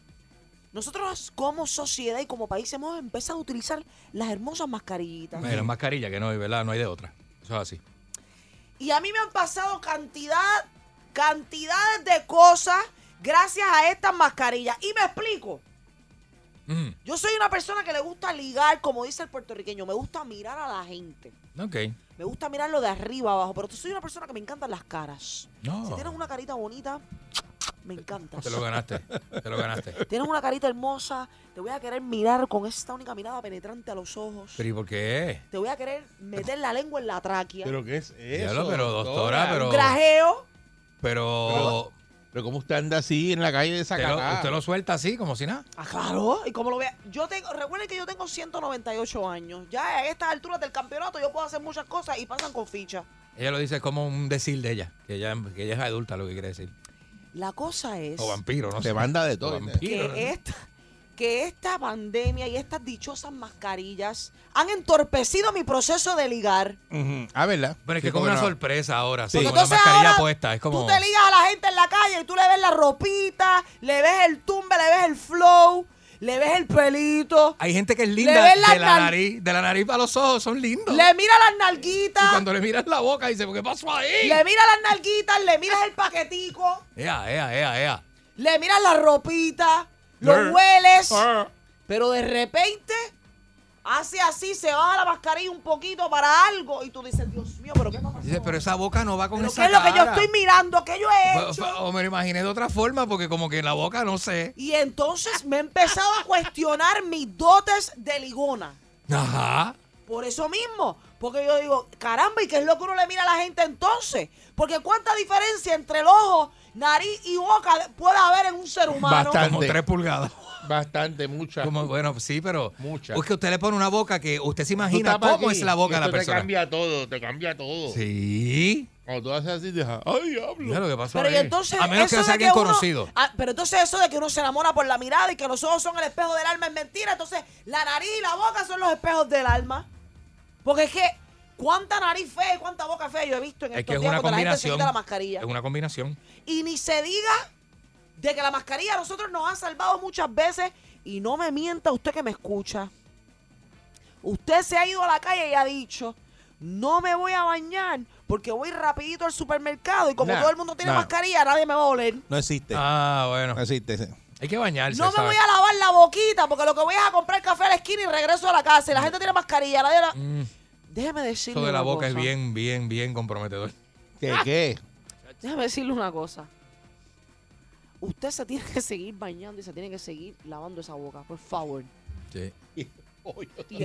nosotros como sociedad y como país hemos empezado a utilizar las hermosas mascarillitas.
Mira, mascarilla que no hay, ¿verdad? No hay de otra. Eso es así.
Y a mí me han pasado cantidad, cantidades de cosas gracias a estas mascarillas. Y me explico.
Mm,
Yo soy una persona que le gusta ligar, como dice el puertorriqueño, me gusta mirar a la gente.
ok.
Me gusta mirarlo de arriba abajo, pero soy una persona que me encantan las caras.
No.
Si tienes una carita bonita, me encantas.
Te lo ganaste. Te lo ganaste.
[laughs] Tienes una carita hermosa, te voy a querer mirar con esta única mirada penetrante a los ojos.
Pero ¿y por qué?
Te voy a querer meter la lengua en la tráquea.
¿Pero qué es eso?
Diablo, pero doctora, pero.
Un grajeo.
Pero.
Pero cómo usted anda así en la calle de esa
usted, lo, usted lo suelta así, como si nada.
Ah, claro. Y como lo vea. Yo tengo, recuerden que yo tengo 198 años. Ya a estas alturas del campeonato yo puedo hacer muchas cosas y pasan con ficha.
Ella lo dice como un decir de ella. Que ella, que ella es adulta, lo que quiere decir.
La cosa es
O vampiro, no
Te
sé.
manda de
O
todo. ¿viste?
vampiro. ¿no?
que esta, que esta pandemia y estas dichosas mascarillas han entorpecido mi proceso de ligar.
Ujú. Ah, ¿verdad?
Pero es
Sí,
que con
porque
una
no.
sorpresa ahora, sí,
Porque
con una
entonces
mascarilla
ahora
puesta. Es como.
Tú te ligas a la gente en la calle y tú le ves la ropita, le ves el tumbe, le ves el flow, le ves el pelito,
Hay gente que es
Le
linda
ves
de
la
la
nal-
nariz, de la nariz para los ojos, son lindos.
le mira las
Y
nalguitas,
cuando le miras la boca, dice, ¿qué pasó ahí?
le mira las nalguitas, le miras el paquetico,
Ea, ea, ea, ea.
le miras la ropita, lo
Brr.
hueles,
Ah.
pero de repente hace así, se baja la mascarilla un poquito para algo y tú dices, Dios mío, pero qué me ha pasado?
Dice, pero esa boca no va con
¿Pero
esa
¿Qué es lo que yo
cara".
estoy mirando? ¿Qué yo he
Fue-
hecho?
fue- O me lo imaginé de otra forma, porque como que la boca, no sé.
Y entonces me he empezado a cuestionar mis dotes de ligona.
Ajá.
Por eso mismo, Porque yo digo, caramba, ¿y qué es lo que uno le mira a la gente entonces? Porque cuánta diferencia entre el ojo, nariz y boca puede haber en un ser humano.
Como
Bastante.
tres pulgadas.
Bastante, muchas.
Como, bueno, sí, pero.
Muchas.
Es que usted le pone una boca que usted se
Tú
imagina
tapas
cómo
aquí,
es la boca de la
esto Te
persona.
cambia todo, te cambia todo.
Sí.
Cuando tú haces así, deja, ¡ay,
Mira
diablo!
lo que pasó
Pero y
ahí.
entonces
a menos que
eso
no sea
de
alguien
uno-
conocido.
ah, pero entonces eso de que uno se enamora por la mirada y que los ojos son el espejo del alma es mentira. Entonces la nariz y la boca son los espejos del alma. Porque es que cuánta nariz fea y cuánta boca fea yo he visto en
Es que
estos
es
días
una
cuando la gente se
combinación.
quita la mascarilla.
Es una combinación.
Y ni se diga de que la mascarilla a nosotros nos ha salvado muchas veces. Y no me mienta usted que me escucha. Usted se ha ido a la calle y ha dicho, no me voy a bañar porque voy rapidito al supermercado y como
Nah,
todo el mundo tiene
nah.
mascarilla, nadie me va a oler.
No existe.
Ah, bueno.
No existe.
Hay que bañarse.
No me
¿sabes?
voy a lavar la boquita porque lo que voy es a comprar café a la esquina y regreso a la casa
Mm.
y la gente tiene mascarilla. nadie la-
Mm,
Déjeme decirle
Eso de la
una
boca es
cosa.
bien, bien, bien comprometedor.
¿Qué, qué?
Déjame decirle una cosa. Usted se tiene que seguir bañando y se tiene que seguir lavando esa boca, por favor.
Sí.
Y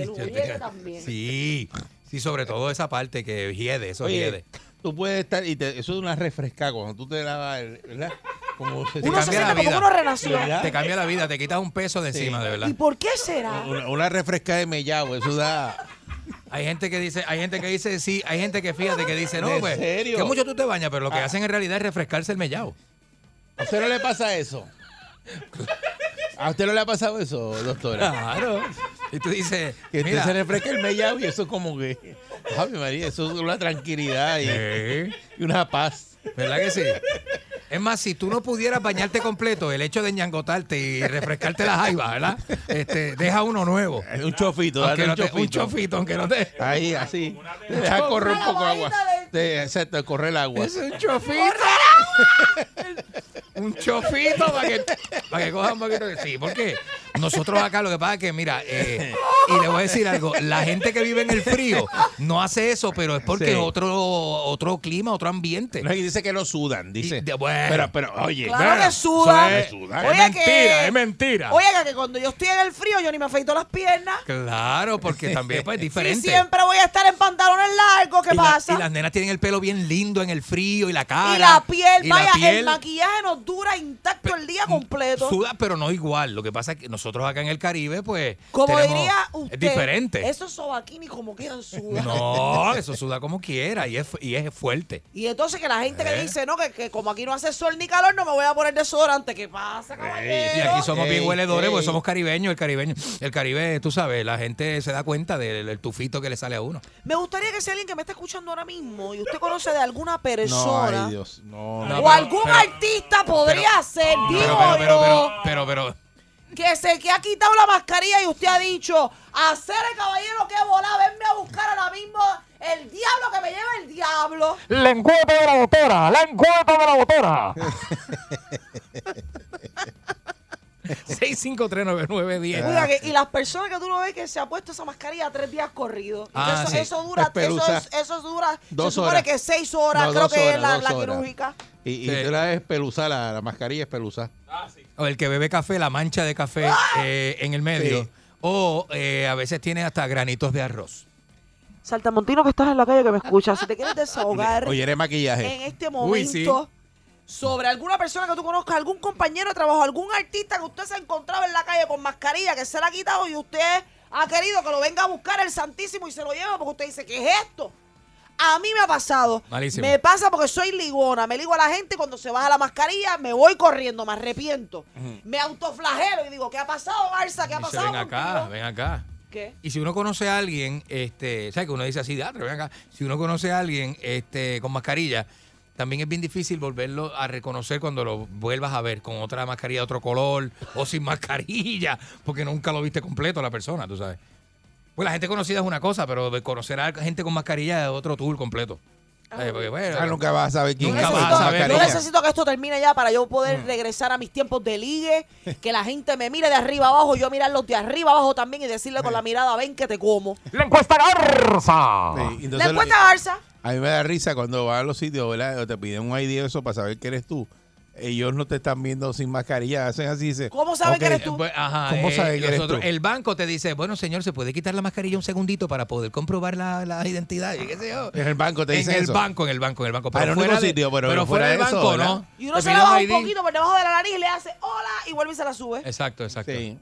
[laughs]
el juguete también.
Sí. Sí, sobre todo esa parte que hiede, eso hiede.
Oye, tú puedes estar, y te- eso es una refrescada cuando tú te lavas, el- ¿verdad? Como se
Uno se
cambia la
siente como
vida.
uno renació.
¿Verdad?
Te cambia la vida, te quitas un peso de
Sí.
encima, de verdad.
¿Y por qué será?
Una, una refrescada de mellado, eso da...
Hay gente que dice, hay gente que dice sí, hay gente que fíjate que dice, no,
¿En
pues,
serio? Ah.
que mucho tú te bañas, pero lo que hacen en realidad es refrescarse el mellao.
¿A usted no le pasa eso? ¿A usted no le ha pasado eso, doctora?
Claro. Y tú dices,
Que usted
mira,
se refresca el mellado y eso como que... Javi María, eso es una tranquilidad y,
sí,
y una paz.
¿verdad que sí? Es más, si tú no pudieras bañarte completo, el hecho de ñangotarte y refrescarte las jaivas, ¿verdad? Este, deja uno nuevo.
Un chofito,
Aunque
dale un
no te-
chofito.
un chofito, aunque no te...
Ahí, así. Te deja correr un poco de agua. Te, exacto, correr el agua.
Es un chofito. un chofito para que, para que coja un poquito de sí. Porque nosotros acá lo que pasa es que, mira, eh, y le voy a decir algo, la gente que vive en el frío no hace eso, pero es porque
Sí.
es otro, otro clima, otro ambiente.
No, y dice que no sudan, dice.
Y de- bueno.
Pero, pero, oye.
Claro
mira,
que
eso
suda.
es sudar.
Oye,
es
que-
mentira, es mentira.
Oiga, que cuando yo estoy en el frío, yo ni me afeito las piernas.
Claro, porque también [laughs] pues, es
Y
diferente.
siempre voy a estar en pantalones largos, ¿qué
Y la-
pasa?
y las nenas tienen el pelo bien lindo en el frío y la cara.
Y la piel,
y la
vaya, el
piel.
maquillaje nos dura intacto el día completo.
Suda, pero no igual. Lo que pasa es que nosotros acá en el Caribe, pues.
Como
tenemos-
diría usted,
Es diferente.
esos sobaquini como
[laughs]
quedan sudan.
No, eso suda como quiera y es, fu- y es fuerte.
Y entonces que la gente
Eh.
que dice, no, que, que como aquí no hace sol ni calor, no me voy a poner desodorante. ¿Qué pasa, caballero?
Y aquí somos bien
Ey,
hueledores porque
ey.
somos caribeños. El caribeño, el Caribe, tú sabes, la gente se da cuenta del, del tufito que le sale a uno.
Me gustaría que si alguien que me está escuchando ahora mismo y usted conoce de alguna
No,
persona
ay, Dios. No,
No,
no.
o
pero-
algún
pero-
artista podría
pero-
ser, digo
Pero, pero, pero,
yo,
pero, pero, pero,
que se que ha quitado la mascarilla y usted ha dicho, hacer el caballero que volá, venme a buscar ahora mismo el diablo que me lleva el diablo.
La encuesta de la doctora, la encuesta de la doctora.
[laughs] 6539910.
Oiga, que- y las personas que tú lo ves que se ha puesto esa mascarilla tres días corridos.
Ah,
eso,
sí.
eso dura, eso,
Espeluza.
es- eso dura,
Dos
se supone
horas.
que seis horas,
No,
creo
dos
que es
horas,
la,
dos
la
horas.
quirúrgica.
Y, y
Sí.
tú la espeluza, la, la mascarilla espeluza.
O el que bebe café, la mancha de café
¡Ah!
eh, en el medio.
Sí.
O eh, a veces tiene hasta granitos de arroz.
Saltamontino que estás en la calle que me escuchas, si te quieres desahogar
Oye, eres maquillaje.
en este
Uy, sí.
momento sobre alguna persona que tú conozcas, algún compañero de trabajo, algún artista que usted se encontraba en la calle con mascarilla, que se la ha quitado y usted ha querido que lo venga a buscar el Santísimo y se lo lleva porque usted dice, ¿qué es esto? A mí me ha pasado.
Malísimo.
Me pasa porque soy ligona. Me ligo a la gente y cuando se baja la mascarilla me voy corriendo, me arrepiento. Me autoflagelo y digo, ¿qué ha pasado, Barça? ¿Qué ha
Y dice,
pasado?
ven acá,
contigo?"
ven acá.
¿Qué?
Y si uno conoce a alguien, este, ¿sabes que uno dice así, "Ah, pero ven acá"? Si uno conoce a alguien este, con mascarilla, también es bien difícil volverlo a reconocer cuando lo vuelvas a ver con otra mascarilla de otro color o sin [laughs] mascarilla, porque nunca lo viste completo a la persona, tú sabes. Pues la gente conocida es una cosa, pero de conocer a gente con mascarilla es otro tour completo. ¿Sabes? Porque, bueno,
Ah, nunca vas a saber quién
Nunca
es
vas a
con esa
saber.
Yo
mascarilla.
necesito que esto termine ya para yo poder regresar a mis tiempos de ligue, que la gente me mire de arriba abajo, yo mirarlos de arriba abajo también y decirle con la mirada, ven que te como.
La encuesta garza.
Sí, entonces
La
lo-
encuesta Garza.
a mí me da risa cuando vas a los sitios, ¿verdad? O te piden un ID o eso para saber que eres tú. ellos no te están viendo sin mascarilla, hacen así, dice.
¿Cómo saben que
"Ok,
eres tú?
Pues, ajá,
¿Cómo
eh,
sabe que eres
nosotros-
tú?
El banco te dice, bueno, señor, ¿se puede quitar la mascarilla un segundito para poder comprobar la, la identidad? Y qué sé yo.
En el banco te dicen
en el
eso.
banco, en el banco, en el banco.
Ah, en el
de-
único sitio, pero
fuera
fuera
del
de eso,
banco,
¿verdad?
¿no?
Y uno
Te
se la
piden
baja
ID.
un poquito por debajo de la nariz y le hace hola y vuelve y se la sube.
Exacto, exacto.
Sí.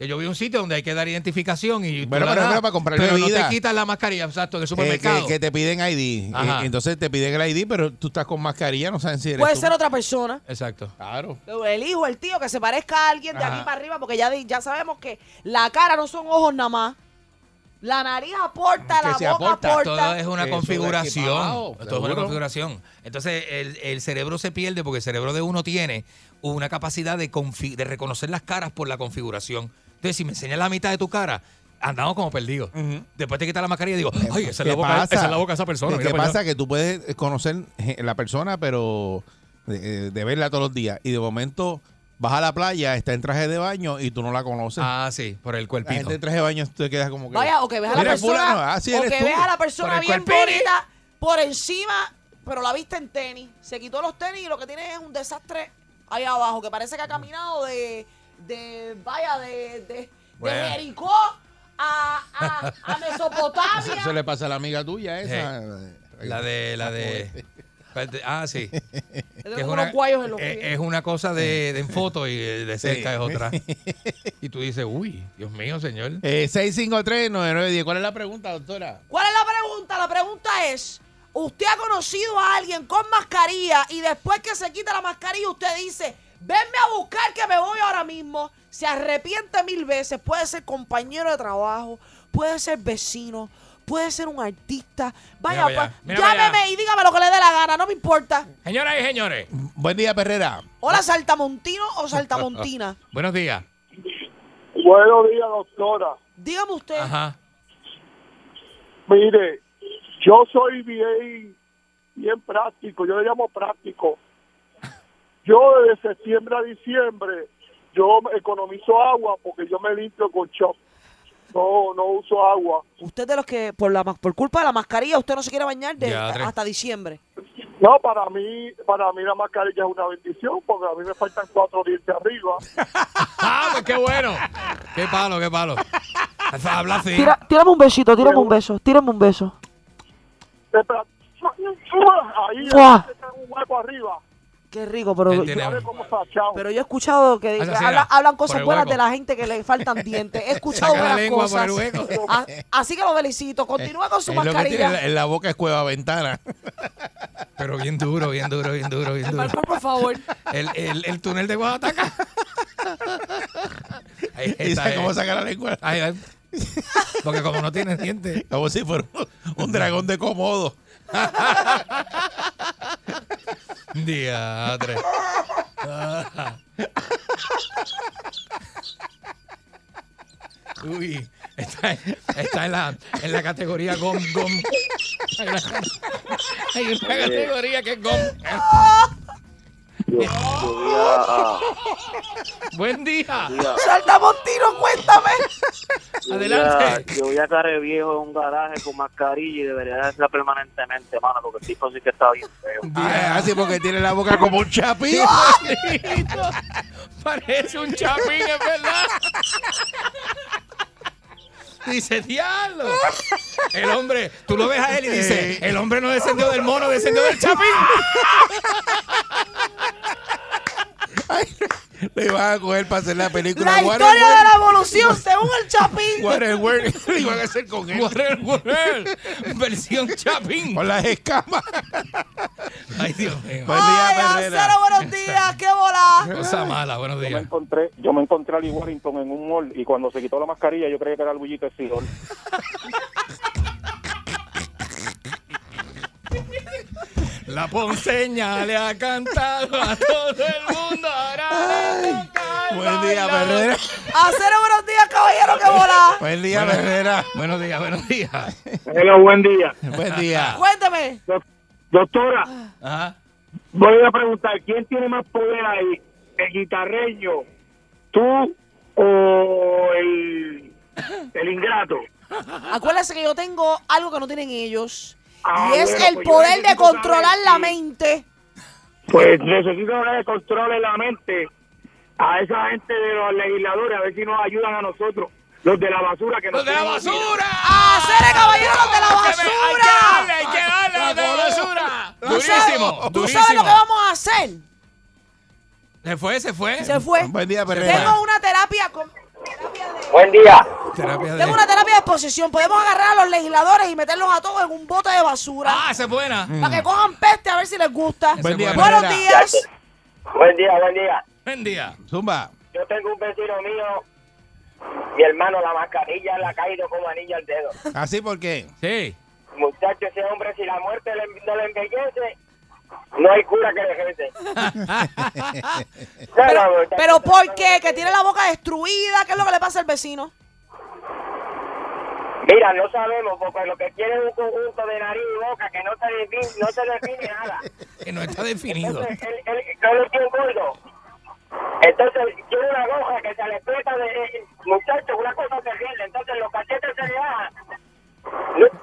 Que Yo vi un sitio donde hay que dar identificación y tú
Bueno,
la
pero-
das,
pero para comprar
pero no
bebida.
te quitas la mascarilla, exacto, en el
Eh,
supermercado.
que, que te piden ID.
Ajá.
Eh, entonces te piden el ID, pero tú estás con mascarilla, no saben si eres
Puede
tú.
ser otra persona.
Exacto.
Claro.
El hijo, el tío, que se parezca a alguien de
Ajá.
aquí para arriba, porque ya, di- ya sabemos que la cara no son ojos nada más. La nariz aporta,
Que
la
se
boca
aporta,
aporta.
Todo es una
Eso de aquí
configuración.
para abajo,
Todo es una
seguro.
configuración. Entonces, el, el cerebro se pierde porque el cerebro de uno tiene una capacidad de, confi- de reconocer las caras por la configuración. Entonces, si me enseñas la mitad de tu cara, andamos como perdidos. Después te quitas la mascarilla y digo, ay, esa es la
¿Qué
boca,
pasa?
esa es la boca de esa persona.
¿Qué
mira para allá".
pasa? Que tú puedes conocer eh, la persona, pero eh, de, de verla todos los días. Y de momento vas a la playa, está en traje de baño y tú no la conoces.
Ah, sí, por el
la gente
cuerpito.
en traje de baño te quedas como que.
Vaya, o que ves a la
"Mira, fulano,
persona,
así
o
eres
que
tú".
ves a la
Por
persona
el
bien
cuerpini.
bonita por encima, pero la viste en tenis. Se quitó los tenis y lo que tiene es un desastre ahí abajo, que parece que ha caminado de, de vaya, de, de, de
Bueno.
Jericó a, a,
[laughs]
a Mesopotamia.
[laughs] Eso le pasa a la amiga tuya esa.
La de, la de. Ah, sí.
[laughs]
Tengo
Que es,
unos
una,
guayos en los
es-
pies.
es una cosa de, de en foto y eh, de, de cerca es
[laughs]
otra. Y tú dices, uy, Dios mío, señor.
Eh, 653-9910. ¿Cuál es la pregunta, doctora?
¿Cuál es la pregunta? La pregunta es, ¿usted ha conocido a alguien con mascarilla y después que se quita la mascarilla usted dice, venme a buscar que me voy ahora mismo? Se arrepiente mil veces, puede ser compañero de trabajo, puede ser vecino, puede ser un artista. Vaya,
Mira para
pues,
allá, mira para
llámeme
allá.
y dígame lo que le dé la gana, no me importa.
Señoras y señores,
Buen día, Perrera.
Hola, saltamontino o saltamontina.
buenos días.
[laughs] Buenos días, doctora.
Dígame usted,
Ajá.
Mire, yo soy bien, bien práctico, yo le llamo práctico. Yo desde septiembre a diciembre, yo me economizo agua porque yo me limpio con chop. No, no uso agua.
usted de los que por la ma- por culpa de la mascarilla usted no se quiere bañar de-
Ya, tres.
hasta diciembre.
No, para mí, para mí la mascarilla es una bendición porque a mí me faltan cuatro dientes
[laughs]
arriba.
Ah, pues qué bueno. [laughs] Qué palo, qué palo. Habla así.
Tira- tírame un besito, tírame un beso, tírame un beso.
Espera. Ahí
¡Mua!
está un hueco arriba.
Qué rico, pero,
Él
yo,
tiene-
Sabe cómo está, chao.
pero yo he escuchado que
Así
que
será,
habla- hablan
por
cosas
el
buenas
hueco.
de la gente que le faltan dientes.
[laughs]
He escuchado
Saca la
buenas
lengua por
cosas.
el hueco.
A- así que lo felicito. Continúa con su
Es lo que tiene en
mascarilla.
la-
[laughs]
en la boca es cueva ventana.
Pero bien duro, bien duro, bien duro, bien duro.
Marco, por favor.
[laughs] El, el, el túnel de Oaxaca. Ahí
Y
está.
sabe cómo
eh.
saca la lengua.
Ahí va. Porque como no tiene dientes.
Como si fuera un- un [laughs] dragón de comodo.
[laughs] Diadre. [laughs] Uy, está, está en, la, en la categoría GOM GOM. Hay una, hay una categoría que es GOM.
Yo, yo vi a- a-
Buen día.
Saltamontino, cuéntame.
yo vi a-
Adelante.
yo vi a Care Viejo en un garaje con mascarilla y debería hacerla permanentemente, mano, porque el tipo sí que está bien feo.
Ah, así porque tiene la boca como un [laughs] chapito.
[laughs] Parece un chapín, es verdad. Dice, diablo. El hombre, tú lo ves a él y dice, el hombre no descendió del mono, descendió del chapín.
Le iban a coger para hacer la película.
La
What
historia
a pues.
de la evolución según el Chapín.
What a word. Lo [laughs] iban a hacer con él.
Warner, Warner. Versión chapín.
Con las escamas.
Ay, Dios mío.
Buen
Ay,
día,
Acero,
Perrera.
buenos días. Qué volá.
Cosa mala, buenos
Yo me
días.
encontré, yo me encontré a Lee Warrington en un mall y cuando se quitó la mascarilla yo creía que era el bullito de Sidor.
La ponceña le ha cantado a todo el mundo. Ahora le toca al
Buen día,
bailar.
Perrera.
Acero, Ah, buenos días, caballero. Qué volá.
Buen día,
Bueno.
Perrera.
Buenos días, buenos días.
Hola, buen día.
Buen
Ah.
día.
Cuéntame.
Doctora,
Ajá.
voy a preguntar, ¿quién tiene más poder ahí? ¿El guitarreño, tú o el, el ingrato?
Acuérdese que yo tengo algo que no tienen ellos.
Ah,
y es
bueno,
el
pues yo
poder de
necesito saber
controlar la
si-
mente.
Pues necesito que le controle la mente a esa gente de los legisladores, a ver si nos ayudan a nosotros, los de la basura que
¡Los
nos
de la
tienen-
basura!
¡Hacer caballeros de la
¡Que me- ¡Hay
basura!
que darle, hay que darle a los de la basura!
¿Tú sabes- ¿Tú sabes lo que vamos a hacer?
Se fue, se fue.
Se fue.
Buen día, Perrera.
Tengo una terapia con- terapia de-
Buen día.
Terapia de-
Tengo una terapia de exposición. Podemos agarrar a los legisladores y meterlos a todos en un bote de basura.
Ah, esa es buena.
Para que cojan peste a ver si les gusta.
Mm. Buen día,
Buenos
Perrera.
días.
Buen día, buen día.
Buen día.
Zumba.
Yo tengo un vecino mío, mi hermano, la mascarilla le ha caído como anillo al dedo.
¿Así por qué?
Sí.
Muchacho, ese hombre, si la muerte le- no le embellece, no hay cura que le ejerce.
Pero, pero ¿por qué? Que tiene la boca destruida. ¿Qué es lo que le pasa al vecino?
Mira, no sabemos, porque lo que quiere es un conjunto de nariz y boca que no se define, no se define nada.
Que no
[laughs]
está definido.
Entonces, él, él, no le tiene un gordo. Entonces, tiene una goja que se le aprieta de eh, muchacho, una cosa terrible. Entonces, los cachetes se le bajan. No-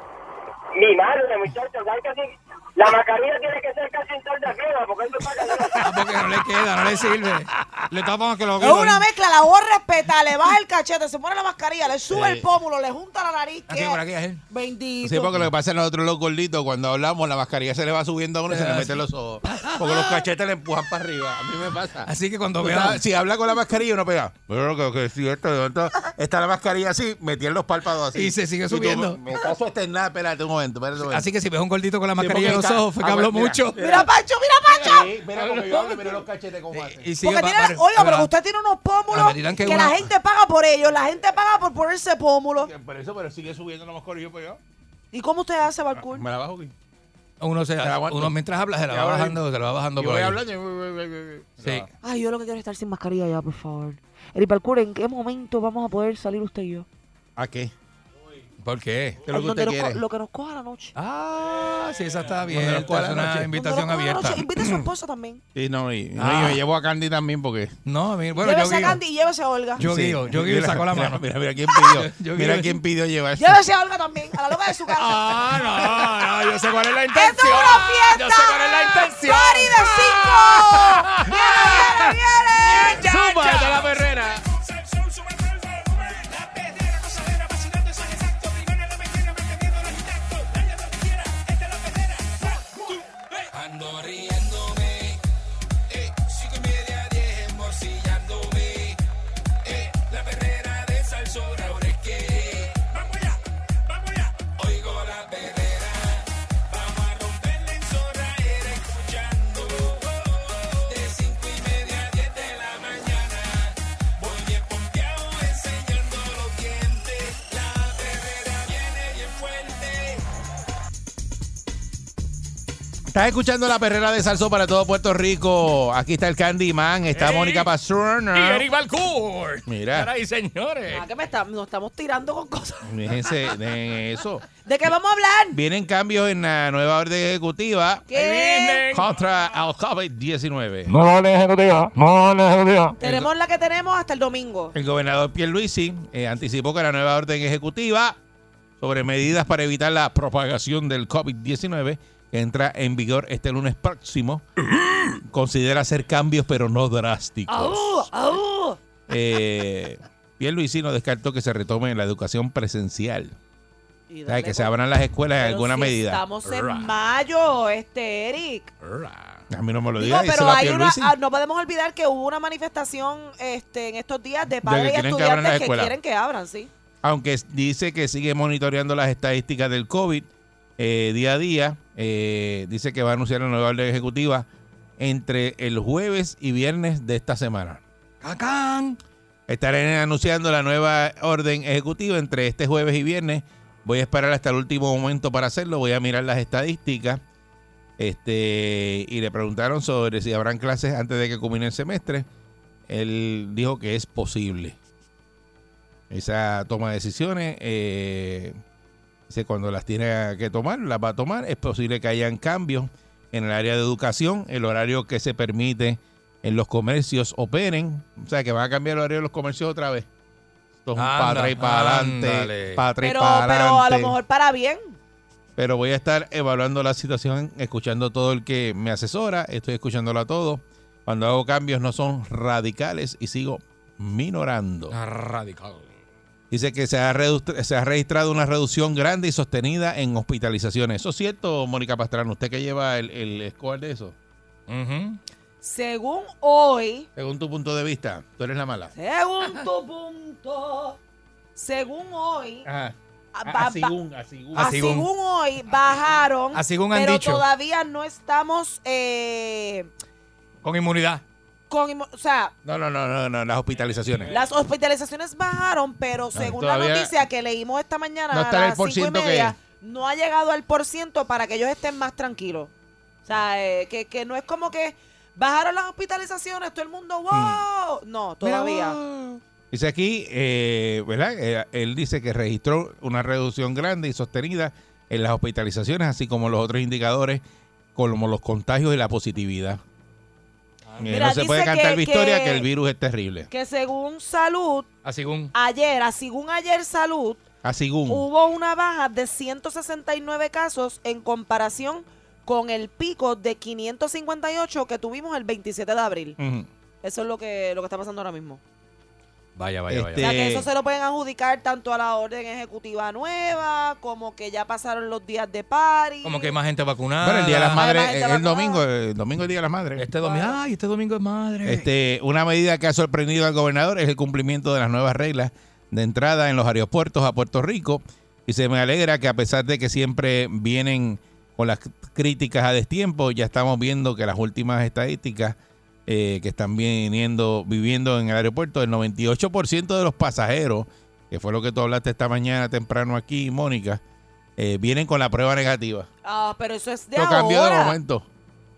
Mi madre, muchacho, hay que decir, la mascarilla tiene que ser casi un sol de arriba, porque eso es para
Ah, porque no le queda, no le sirve. Le tapan que lo
Es una mezcla, la voz respeta, le baja el cachete, se pone la mascarilla, le sube el pómulo, le junta la nariz.
Ah,
Aquí,
¿qué?
por aquí, ajá.
Bendito.
Sí, porque lo que pasa es que nosotros los gorditos, cuando hablamos, la mascarilla se le va subiendo a uno y se le meten los ojos. Porque los cachetes le empujan para arriba. A mí me pasa.
Así que cuando
Tú
vean.
sabes, Si habla con la mascarilla, uno pega. Pero que, que si esto, yo esto- está la mascarilla así, metí en los párpados así.
Y se sigue
tú,
subiendo.
me está sostenida, espérate un momento, [laughs] espérate un momento.
Así que si ves un gordito con la
Sí, porque
mascarilla en los
está-
ojos, fue que
ah,
habló
mira,
mucho.
Mira, Pancho, mira, Pancho.
Sí, mira cómo yo hablo, mira los cachetes cómo
Eh,
hacen.
Y sigue
Porque
pa-
tiene,
pare-
oiga, pero
¿verdad?
usted tiene unos
A la
pómulos
medida en
que,
que
la
uno-
gente paga por ellos, la gente paga por ponerse pómulo.
Por eso, pero sigue subiendo a lo mejor y yo, pues yo.
¿Y cómo usted hace, Balcour?
Me la bajo aquí.
Uno, se,
la aguanto.
uno mientras habla, se la
Ya
va
ahora
bajando, se la va bajando
Yo
por
voy
ahí.
hablando. y- Me
Sí.
la bajo.
Ay, yo lo que quiero es estar sin mascarilla ya, por favor. Eric Balcour, ¿en qué momento vamos a poder salir usted y yo?
¿A qué?
¿Por qué?
¿Qué es lo que
Donde
usted
nos co-
quiere?
lo que nos coja la noche.
Ah, sí, esa está
Cuando
abierta.
los cuadra
Es
la noche.
una invitación
Cuando nos coja la
abierta.
noche, Invite a su esposa también.
Sí, no, y, no,
Ah.
y me llevo a Candy también porque.
No, a mí- [clears throat] bueno, yo
llévese a
guío.
Candy y llévese a Olga.
Yo guío, yo guío y
Mira,
saco la
mira,
mano.
Mira, mira quién [laughs] pidió.
Yo guío.
mira quién pidió llevarse.
Llévese a Olga también, a la loca de su casa.
[laughs] Ah, no, no, yo sé cuál es la intención.
¡Esto es una fiesta!
Yo sé cuál es la intención.
¡Party de cinco! ¡Viene, viene, viene!
¡Súbate a la perrera!
Ando riéndome, eh, cinco y media, diez morcillándome, eh, la perrera de salsora ahora es que, vamos allá, vamos allá, oigo la perrera, vamos a romperla en zorra, era escuchando, de cinco y media a diez de la mañana, voy bien pompeado enseñando los dientes, la perrera viene bien fuerte.
Estás escuchando la perrera de Salso para todo Puerto Rico. Aquí está el Candyman, está
Ey.
Mónica
Y
Pastrana.
Eric Balcour.
Mira.
Caray, señores.
Ah, que me está, nos estamos tirando con cosas.
Fíjense de eso.
¿De qué vamos a hablar?
Vienen cambios en la nueva orden ejecutiva
¿Qué?
contra el COVID-19.
No lo dejes ejecutiva, no lo dejes ejecutiva.
Tenemos la que tenemos hasta el domingo.
El gobernador Pierluisi eh, anticipó que la nueva orden ejecutiva sobre medidas para evitar la propagación del COVID-19 que entra en vigor este lunes
[clears throat]
próximo considera hacer cambios pero no drásticos.
Oh.
Eh, Pierluisi no descartó que se retome la educación presencial,
Y
o sea,
dale
que se
con-
abran las escuelas en
Pero
alguna
si
medida.
Estamos en mayo, este Eric.
A mí no me lo
Digo,
digas,
pero
díselo a
hay una,
Pierluisi.
ah, no podemos olvidar que hubo una manifestación este, en estos días de
que
padres y
quieren que abran
estudiantes
las
que,
escuelas.
quieren que abran, sí.
aunque dice que sigue monitoreando las estadísticas del COVID eh, día a día, eh, dice que va a anunciar la nueva orden ejecutiva entre el jueves y viernes de esta semana.
¡Cacán!
Estaré anunciando la nueva orden ejecutiva entre este jueves y viernes. Voy a esperar hasta el último momento para hacerlo. Voy a mirar las estadísticas. Este, y le preguntaron sobre si habrán clases antes de que culmine el semestre. Él dijo que es posible. Esa toma de decisiones, eh, dice cuando las tiene que tomar, las va a tomar. Es posible que hayan cambios en el área de educación, el horario que se permite en los comercios operen. O sea, que van a cambiar el horario de los comercios otra vez. Esto es un
Anda,
para atrás y para
ándale.
adelante. Para atrás y
Pero,
para
pero a lo
adelante.
mejor para bien.
Pero voy a estar evaluando la situación, escuchando todo el que me asesora, estoy escuchándolo a todos. Cuando hago cambios no son radicales y sigo minorando.
Ah, Radical.
Dice que se ha, redu- se ha registrado una reducción grande y sostenida en hospitalizaciones. ¿Eso es cierto, Mónica Pastrana? ¿Usted que lleva el, el score de eso?
Según hoy,
Según tu punto de vista, tú eres la mala.
según tu punto, según hoy,
Ajá.
Ah,
A-
ba-
a según, a según.
a según hoy bajaron,
a según han
pero
dicho.
todavía no estamos eh,
Con inmunidad.
con, inmo- o sea,
No, no, no, no, no, las hospitalizaciones.
Las hospitalizaciones bajaron, pero según la
todavía
noticia que leímos esta mañana
no
a
está en el
las
por
cinco y
ciento que-
media, no ha llegado al por ciento para que ellos estén más tranquilos. O sea, eh, que, que no es como que bajaron las hospitalizaciones, todo el
Mm.
mundo, wow. No, todavía.
Dice aquí, eh, ¿verdad? Eh, él dice que registró una reducción grande y sostenida en las hospitalizaciones, así como los otros indicadores, como los contagios y la positividad. Eh,
Ah, Mira,
no se puede
dice
cantar
que-
victoria
que-
que, el virus es terrible.
Que según salud,
A según.
ayer, a según ayer salud,
A Ah, según.
hubo una baja de 169 casos en comparación con el pico de 558 que tuvimos el 27 de abril.
Ujú.
Eso es lo que, lo que está pasando ahora mismo.
Vaya, vaya,
O sea,
Este-
vaya.
que eso se lo pueden adjudicar tanto a la orden ejecutiva nueva, como que ya pasaron los días de party.
Como que hay más gente vacunada.
Bueno, el Día de las Madres,
gente
eh, el domingo, el domingo es el Día de las Madres.
Este domingo. Ay, este domingo es madre.
Este, una medida que ha sorprendido al gobernador es el cumplimiento de las nuevas reglas de entrada en los aeropuertos a Puerto Rico. Y se me alegra que a pesar de que siempre vienen con las críticas a destiempo, ya estamos viendo que las últimas estadísticas eh, que están viniendo, viviendo en el aeropuerto, el 98% de los pasajeros, que fue lo que tú hablaste esta mañana temprano aquí, Mónica, eh, vienen con la prueba negativa.
Ah, pero eso es de
Esto
ahora.
cambió de momento.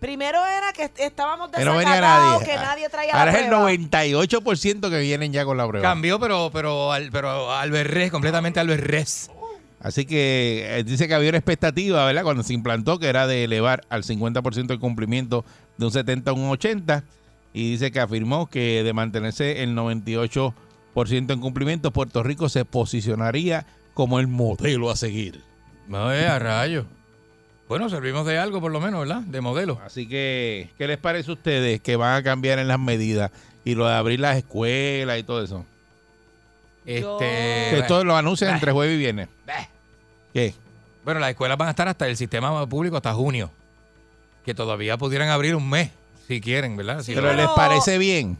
Primero era que est- estábamos
Que no venía
desacatados,
nadie. Ah,
que nadie traía
Ahora
la
es el
prueba.
98% que vienen ya con la prueba.
Cambió, pero, pero, al, pero al berrés, completamente al berrés.
Así que eh, dice que había una expectativa, ¿verdad? Cuando se implantó, que era de elevar al 50% el cumplimiento de un 70 a un 80. Y dice que afirmó que de mantenerse el 98% en cumplimiento, Puerto Rico se posicionaría como el modelo a seguir.
Ay, a rayo. Bueno, servimos de algo por lo menos, ¿verdad? De modelo.
Así que, ¿qué les parece a ustedes que van a cambiar en las medidas y lo de abrir las escuelas y todo eso?
Este,
Yo-
Que
bueno,
esto lo anuncian entre jueves y viernes.
bah.
¿Qué?
Bueno, las escuelas van a estar hasta el sistema público hasta junio. Que todavía pudieran abrir un mes, si quieren, ¿verdad? Si
Sí,
lo-
¿Pero les
pero-
parece bien?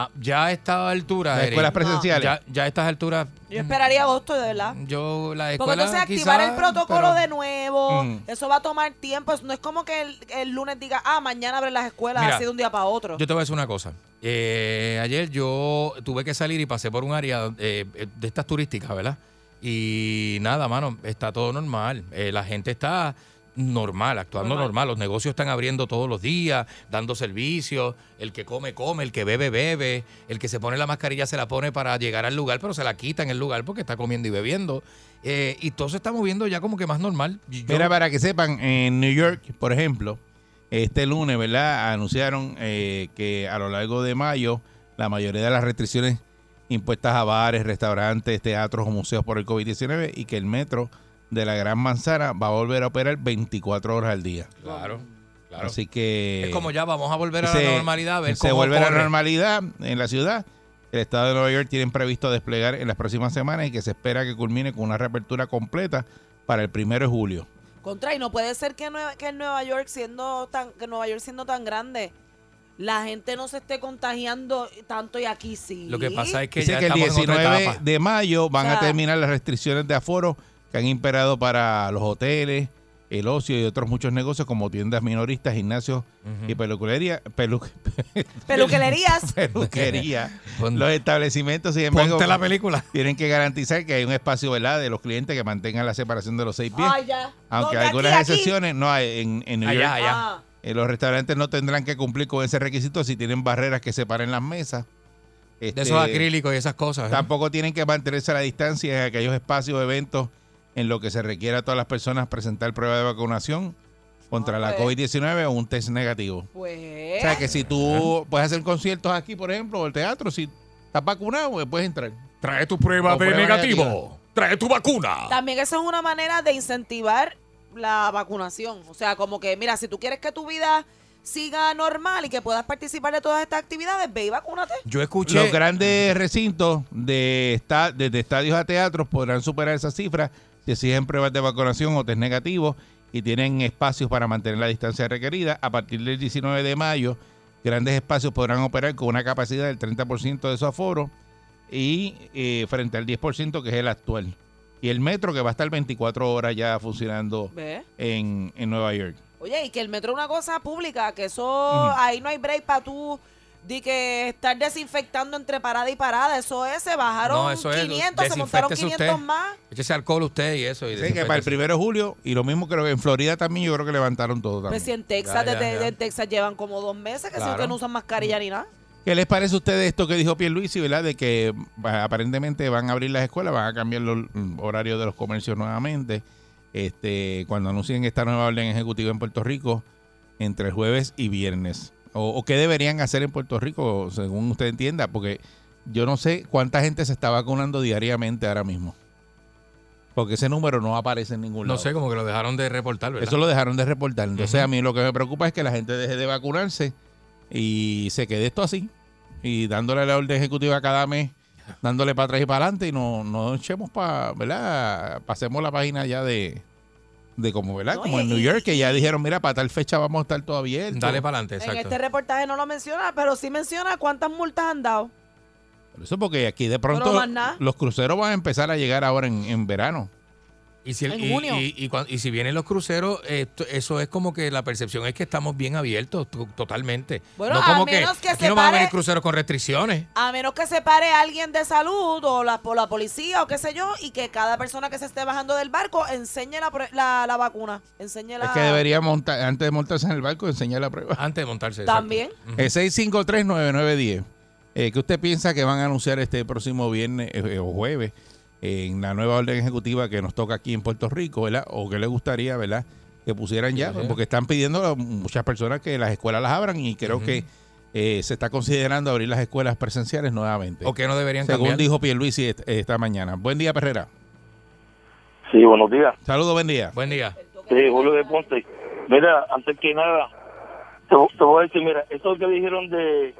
Ah, ya a esta altura.
Las
Eric,
escuelas presenciales.
Ya, ya a estas alturas.
Yo esperaría agosto, de verdad.
Mm,
Yo la
Porque
escuela.
entonces activar
quizá,
el protocolo
pero-
de nuevo,
Mm.
eso va a tomar tiempo. Eso no es como que el, el lunes diga, ah, mañana abren las escuelas,
Mira,
así de un día para otro.
Yo te voy a decir una cosa. Eh, ayer yo tuve que salir y pasé por un área eh, eh, de estas turísticas, ¿verdad? Y nada, mano, está todo normal. Eh, la gente está normal, actuando normal. Los negocios están abriendo todos los días, dando servicios. El que come, come. El que bebe, bebe. El que se pone la mascarilla se la pone para llegar al lugar, pero se la quita en el lugar porque está comiendo y bebiendo. Eh, y todo se está moviendo ya como que más normal. Y yo-
Mira, para que sepan, en New York, por ejemplo, este lunes, ¿verdad? Anunciaron eh, que a lo largo de mayo la mayoría de las restricciones impuestas a bares, restaurantes, teatros o museos por el COVID-19 y que el metro de la Gran Manzana va a volver a operar 24 horas al día.
Claro, claro.
Así que...
es como ya vamos a volver a
Eh, se-
la normalidad. A ver
se
cómo
vuelve a la
corre.
normalidad en la ciudad. El estado de Nueva York tienen previsto desplegar en las próximas semanas y que se espera que culmine con una reapertura completa para el primero de julio.
Contra, y no puede ser que, Nueva, que en Nueva York siendo tan, que Nueva York siendo tan grande, la gente no se esté contagiando tanto y aquí sí.
Lo que pasa es que
Dice
ya
que el
estamos en otra
19
etapa.
de mayo van
O sea-
a terminar las restricciones de aforo que han imperado para los hoteles, el ocio y otros muchos negocios como tiendas minoristas, gimnasios y peluquería, [laughs] pelu-
Peluquerías.
peluquería.
Pon-
los establecimientos sin
Ponte
embargo,
la película.
tienen que garantizar que hay un espacio ¿verdad? de los clientes que mantengan la separación de los seis pies.
Ay, ya.
Aunque
¿Dónde?
algunas
Aquí, aquí.
excepciones no hay en, en New
Allá,
York.
allá.
Ah,
Eh, los restaurantes no tendrán que cumplir con ese requisito si tienen barreras que separen las mesas.
De
Este,
esos acrílicos y esas cosas. ¿eh?
Tampoco tienen que mantenerse a la distancia en aquellos espacios o eventos en los que se requiera a todas las personas presentar prueba de vacunación contra
Ah,
la
pues.
COVID-19 o un test negativo. O
¿Eh?
pues.
sea, que si tú puedes hacer conciertos aquí, por ejemplo, o el teatro, si estás vacunado, pues puedes entrar.
Trae tu prueba
O
de
prueba
negativo.
negativa.
Trae tu vacuna.
También eso es una manera de incentivar la vacunación. O sea, como que, mira, si tú quieres que tu vida siga normal y que puedas participar de todas estas actividades, ve y vacúnate.
Yo escuché. Los grandes recintos de esta, desde estadios a teatros podrán superar esas cifras si exigen pruebas de vacunación o test negativos y tienen espacios para mantener la distancia requerida. A partir del 19 de mayo, grandes espacios podrán operar con una capacidad del 30% de su aforo y eh, frente al 10% que es el actual. Y el metro que va a estar 24 horas ya funcionando
¿Ve?
en, en Nueva York.
Oye, y que el metro es una cosa pública, que eso,
Ujú.
ahí no hay break para tú di que estar desinfectando entre parada y parada. Eso es, se bajaron
No, eso es,
500, se montaron
desinféctese
500
usted.
más.
Échese alcohol usted y eso. Y
Sí, que para el primero de julio, y lo mismo creo que en Florida también, yo creo que levantaron todo también.
Pues si en
Ya,
Texas,
ya,
desde
ya.
en Texas llevan como dos meses que, sí,
Claro.
que no usan mascarilla ni nada.
¿Qué les parece a ustedes esto que dijo Pierluisi, verdad? De que bah, aparentemente van a abrir las escuelas, van a cambiar los mm, horarios de los comercios nuevamente. Este, cuando anuncien esta nueva orden ejecutiva en Puerto Rico, entre jueves y viernes. O, o qué deberían hacer en Puerto Rico, según usted entienda, porque yo no sé cuánta gente se está vacunando diariamente ahora mismo. Porque ese número no aparece en ningún
No
lado.
sé, como que lo dejaron de reportar, ¿verdad?
Eso lo dejaron de reportar. Entonces,
Ujú.
a mí lo que me preocupa es que la gente deje de vacunarse y se quede esto así. Y dándole la orden ejecutiva cada mes, dándole para atrás y para adelante y no, no echemos para, ¿verdad? Pasemos la página ya de, de como, ¿verdad?
No,
como
y-
en New York, que ya dijeron, mira, para tal fecha vamos a estar todo abierto.
Dale para adelante,
En este reportaje no lo menciona, pero sí menciona cuántas multas han dado.
Por eso porque aquí de
No
pronto
más nada.
los cruceros van a empezar a llegar ahora en, en verano.
Y si, el-
En
y,
junio.
y- y cuan- y si vienen los cruceros, esto- eso es como que la percepción es que estamos bien abiertos to- totalmente.
Bueno,
no
a
como
menos que
aquí
se
no van a
pare-
venir cruceros con restricciones.
A menos que se pare alguien de salud o la, o la policía o qué sé yo, y que cada persona que se esté bajando del barco enseñe la, prue- la, la vacuna. Enseñe la.
Es que debería montar, antes de montarse en el barco, enseñar la prueba.
Antes de montarse.
También.
Eh, 6539910. Eh, ¿Qué usted piensa que van a anunciar este próximo viernes eh, eh, o jueves eh, en la nueva orden ejecutiva que nos toca aquí en Puerto Rico, ¿verdad? ¿O qué le gustaría, ¿verdad? Que pusieran ya,
sí.
porque están pidiendo a muchas personas que las escuelas las abran y creo
Ujú.
que eh, se está considerando abrir las escuelas presenciales nuevamente.
O que no deberían
Según
cambiar.
dijo Pierluisi est- esta mañana. Buen día, Perrera.
Sí, buenos días.
Saludos, buen día.
Buen día.
Sí, Julio de Ponte. Mira, antes que nada, te, te voy a decir, mira, eso que dijeron de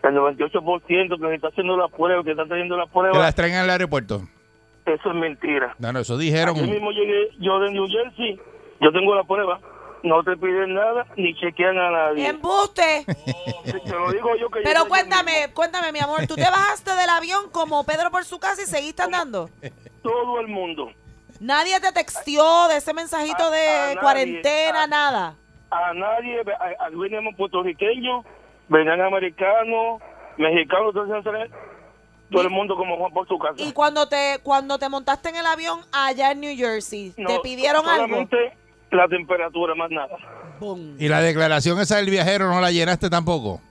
que el 98% que se está haciendo la prueba, que están trayendo la
Que
prueba,
las traen al aeropuerto.
eso es mentira.
No, no, eso dijeron.
Yo mismo llegué, yo de New Jersey, yo tengo la prueba, no te piden nada ni chequean a nadie.
Eh,
[laughs]
¡Embuste!
Te lo digo yo que yo
Pero cuéntame, cuéntame, mi amor, ¿tú te bajaste del avión como Pedro por su casa y seguiste andando?
todo el mundo.
Nadie te texteó de ese mensajito de
nadie,
cuarentena, nada.
a nadie, a, a- veníamos puertorriqueños, venían americanos, mexicanos, entonces, ¿sabes? todo el mundo como Juan por su casa.
Y cuando te cuando te montaste en el avión allá en New Jersey, ¿te
No,
pidieron algo?
solamente la temperatura, más nada.
Y la declaración esa del viajero no la llenaste tampoco.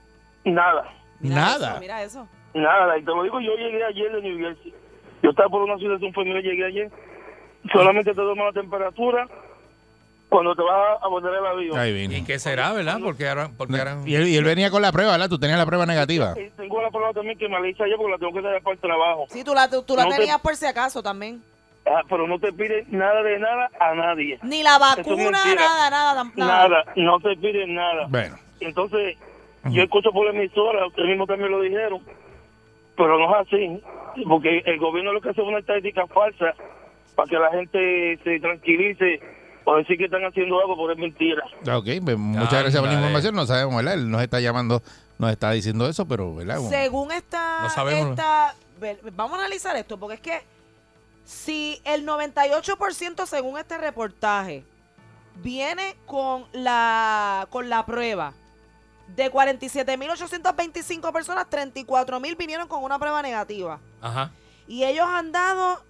Nada,
Nada.
Ah, Mira eso.
nada. Y te lo digo, yo llegué ayer de New Jersey. Yo estaba por una ciudad de un familiar, llegué ayer. Solamente te toma la temperatura cuando te vas a poner el avión.
Ahí vino.
¿Y qué será, verdad? Porque ahora... Porque ahora
Y él, y él venía con la prueba, ¿verdad? Tú tenías la prueba negativa.
Y tengo la prueba también que me la hice ayer porque la tengo que traer para el trabajo.
Sí, tú la, tú, tú la
No te-
tenías por si acaso también.
Ah, pero no te piden nada de nada a nadie.
Ni la
Eso es
vacuna,
mentira.
nada, nada, tam- nada.
Nada, no te piden nada.
Bueno.
Entonces, yo escucho por la emisora, ustedes mismos también lo dijeron, pero no es así, porque el gobierno lo que hace es una estadística falsa para que la gente se tranquilice o decir que están haciendo algo, pero es mentira.
Ah, Ok, pues, muchas
Ándale.
gracias por la información. No sabemos, ¿verdad? Él nos está llamando, nos está diciendo eso, pero, ¿verdad? Bueno,
Según esta,
No sabemos.
esta- ve- vamos a analizar esto, porque es que si el 98% según este reportaje viene con la con la prueba de 47.825 personas, 34.000 vinieron con una prueba negativa.
Ajá.
Y ellos han dado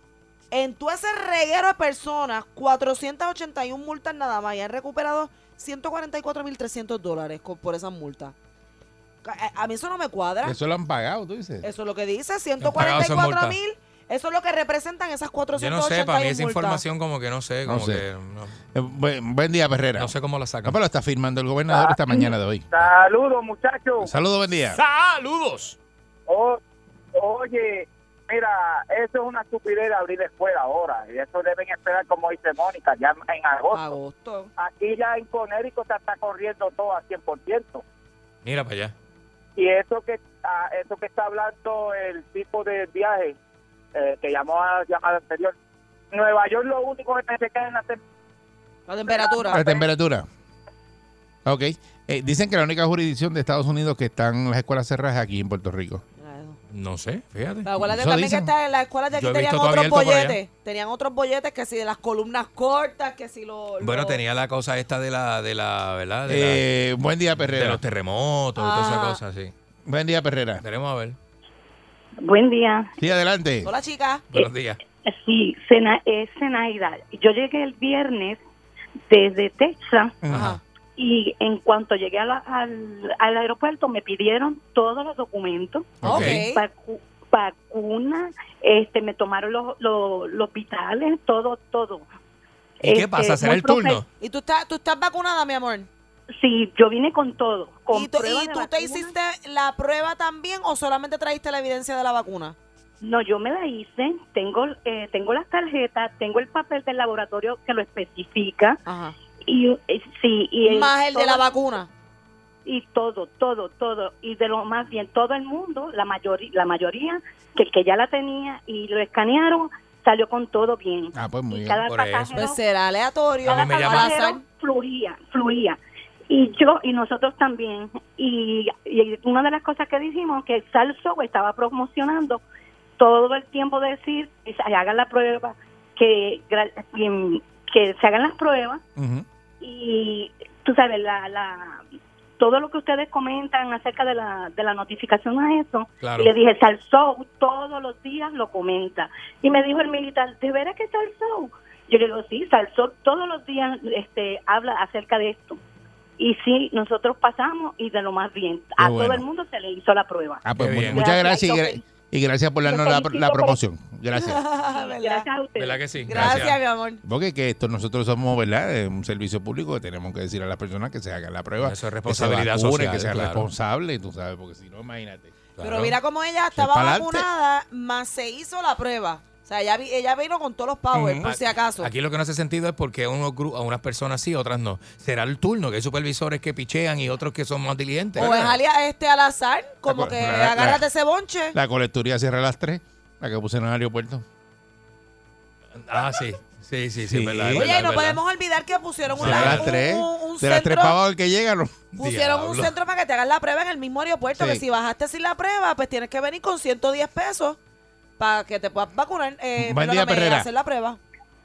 en todo ese reguero de personas 481 multas nada más y han recuperado 144.300 dólares co- por esas multas. eh, A- A a mí eso no me cuadra.
Eso lo han pagado, tú dices.
Eso es lo que dice,
pagado esas
144
multas.
mil. Eso es lo que representan esas
Yo
481
no sé, para mí esa
multas.
información como que no sé, como
No sé.
que... no.
Eh, buen, buen día, Perrera. No sé
cómo la sacan.
pero está firmando el gobernador esta mañana de hoy.
Saludos, muchachos.
Saludos, buen día.
Saludos.
O- oye, Mira, eso es una estupidez de abrir escuela ahora. Y eso deben esperar, como dice Mónica, ya en agosto. Aquí ya en Conérico se está corriendo todo a 100%.
Mira para allá.
Y eso que ah, eso que está hablando el tipo de viaje eh, que llamó a la llamada anterior, Nueva York lo único que te queda en la tem-
La temperatura.
La temperatura. Ok. Eh, dicen que la única jurisdicción de Estados Unidos que están las escuelas cerradas es aquí en Puerto Rico.
No sé, fíjate.
Pero acuérdate
Eso
también
dicen.
que está en las escuelas de
Yo
aquí
he
tenían
visto todo
otros
abierto por allá.
bolletes. Tenían otros bolletes que si de las columnas cortas, que si los.
Bueno, tenía la cosa esta de la, de la, ¿verdad? De
Eh, buen día, Perrera.
De los terremotos y toda esa
Ah.
cosa, sí.
Buen día, Perrera.
Veremos a ver.
Buen día.
Sí, adelante.
Hola, chica.
Buenos días.
Sí, Sena, es Zenaida. Yo llegué el viernes desde Texas y en cuanto llegué a la- al, al aeropuerto me pidieron todos los documentos.
Ok.
Vacu- vacuna, este, me tomaron los, los, los vitales, todo, todo.
¿Y qué
Este,
pasa? ¿Será
muy
el turno?
profe-
¿Y tú estás, tú estás vacunada, mi amor?
Sí, yo vine con todo. Con
¿Y tú,
prueba
y
de
tú
vacuna.
te hiciste la prueba también o solamente traíste la evidencia de la vacuna?
No, yo me la hice, tengo, eh, tengo las tarjetas, tengo el papel del laboratorio que lo especifica. Y, eh, sí, y
Más el de la vacuna.
Y todo, todo, todo. Y de lo más bien, todo el mundo, la, mayoría la mayoría, que el que ya la tenía y lo escanearon, salió con todo bien.
Ah, pues muy
bien. Cada pasajero,
Pues será aleatorio.
cada pasajero
Al azar.
fluía, fluía. Y yo, y nosotros también. Y, y una de las cosas que dijimos que el Sal Show estaba promocionando todo el tiempo decir que se hagan la prueba, que, gra- que- que se hagan las pruebas
[laughs]
[laughs]
y tú sabes, la, la, todo lo que ustedes comentan acerca de la, de la notificación a eso,
Claro.
y le dije, Salsou todos los días lo comenta. Y me dijo el militar, ¿de veras que Salsou? Yo le digo, sí, Salsou todos los días este, habla acerca de esto. Y sí, nosotros pasamos y de lo más bien. A
Qué bueno.
todo el mundo se le hizo la prueba.
Ah, pues
Qué
mu-
bien.
muchas gracias
Gracias,
y, gra- y gracias por darnos
Te
la,
felicito
la
[laughs]
por-
promoción. Gracias.
Gracias a ustedes.
¿Verdad que sí?
Gracias, mi amor.
Porque que esto nosotros somos, ¿verdad? Eh, Un servicio público que tenemos que decir a las personas que se hagan la prueba.
Eso es
que se
responsabilidad
vacunen,
social,
Que sean
claro.
responsables, tú sabes, porque si no, imagínate.
Pero mira cómo ella estaba
pa'lante.
vacunada, más se hizo la prueba. O sea, ella, vi- ella vino con todos los powers,
Ujú.
por si acaso.
Aquí lo que no hace sentido es porque unos gru- a unas personas sí, otras no. Será el turno, que hay supervisores que pichean y otros que son más diligentes.
o es alia este al azar, como
La-
que
la-
agárrate
la-
ese bonche.
La colecturía cierra a las 3, la que pusieron en el aeropuerto.
Ah, sí. Sí, sí, sí, es verdad. es
Oye,
verdad,
y
es
no
verdad.
podemos olvidar que pusieron un,
Cierra a las
un-
3.
un- un
de las 3
centro-
para abajo el que llega. lo-
Pusieron un centro para que te hagan la prueba en el mismo aeropuerto.
Sí.
Que si bajaste sin la prueba, pues tienes que venir con 110 pesos para que te puedas vacunar. Eh,
Buen día,
perdóname,
Perrera.
Hacer la prueba.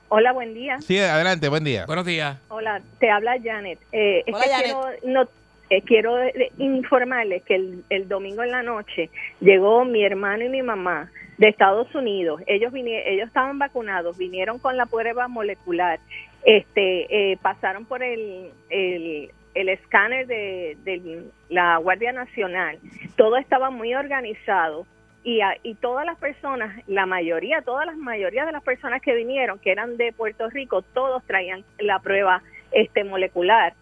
Hola, buen día.
Sí, adelante, buen día.
Buenos días.
Hola, te habla Janet. Eh, es
Hola,
que
Janet.
Quiero, no- eh, quiero eh, informarles que el, el domingo en la noche llegó mi hermano y mi mamá de Estados Unidos. Ellos vinie- ellos estaban vacunados, vinieron con la prueba molecular, este, eh, pasaron por el, el, el escáner de, de la Guardia Nacional. Todo estaba muy organizado y, a- y todas las personas, la mayoría, todas las mayorías de las personas que vinieron, que eran de Puerto Rico, todos traían la prueba este molecular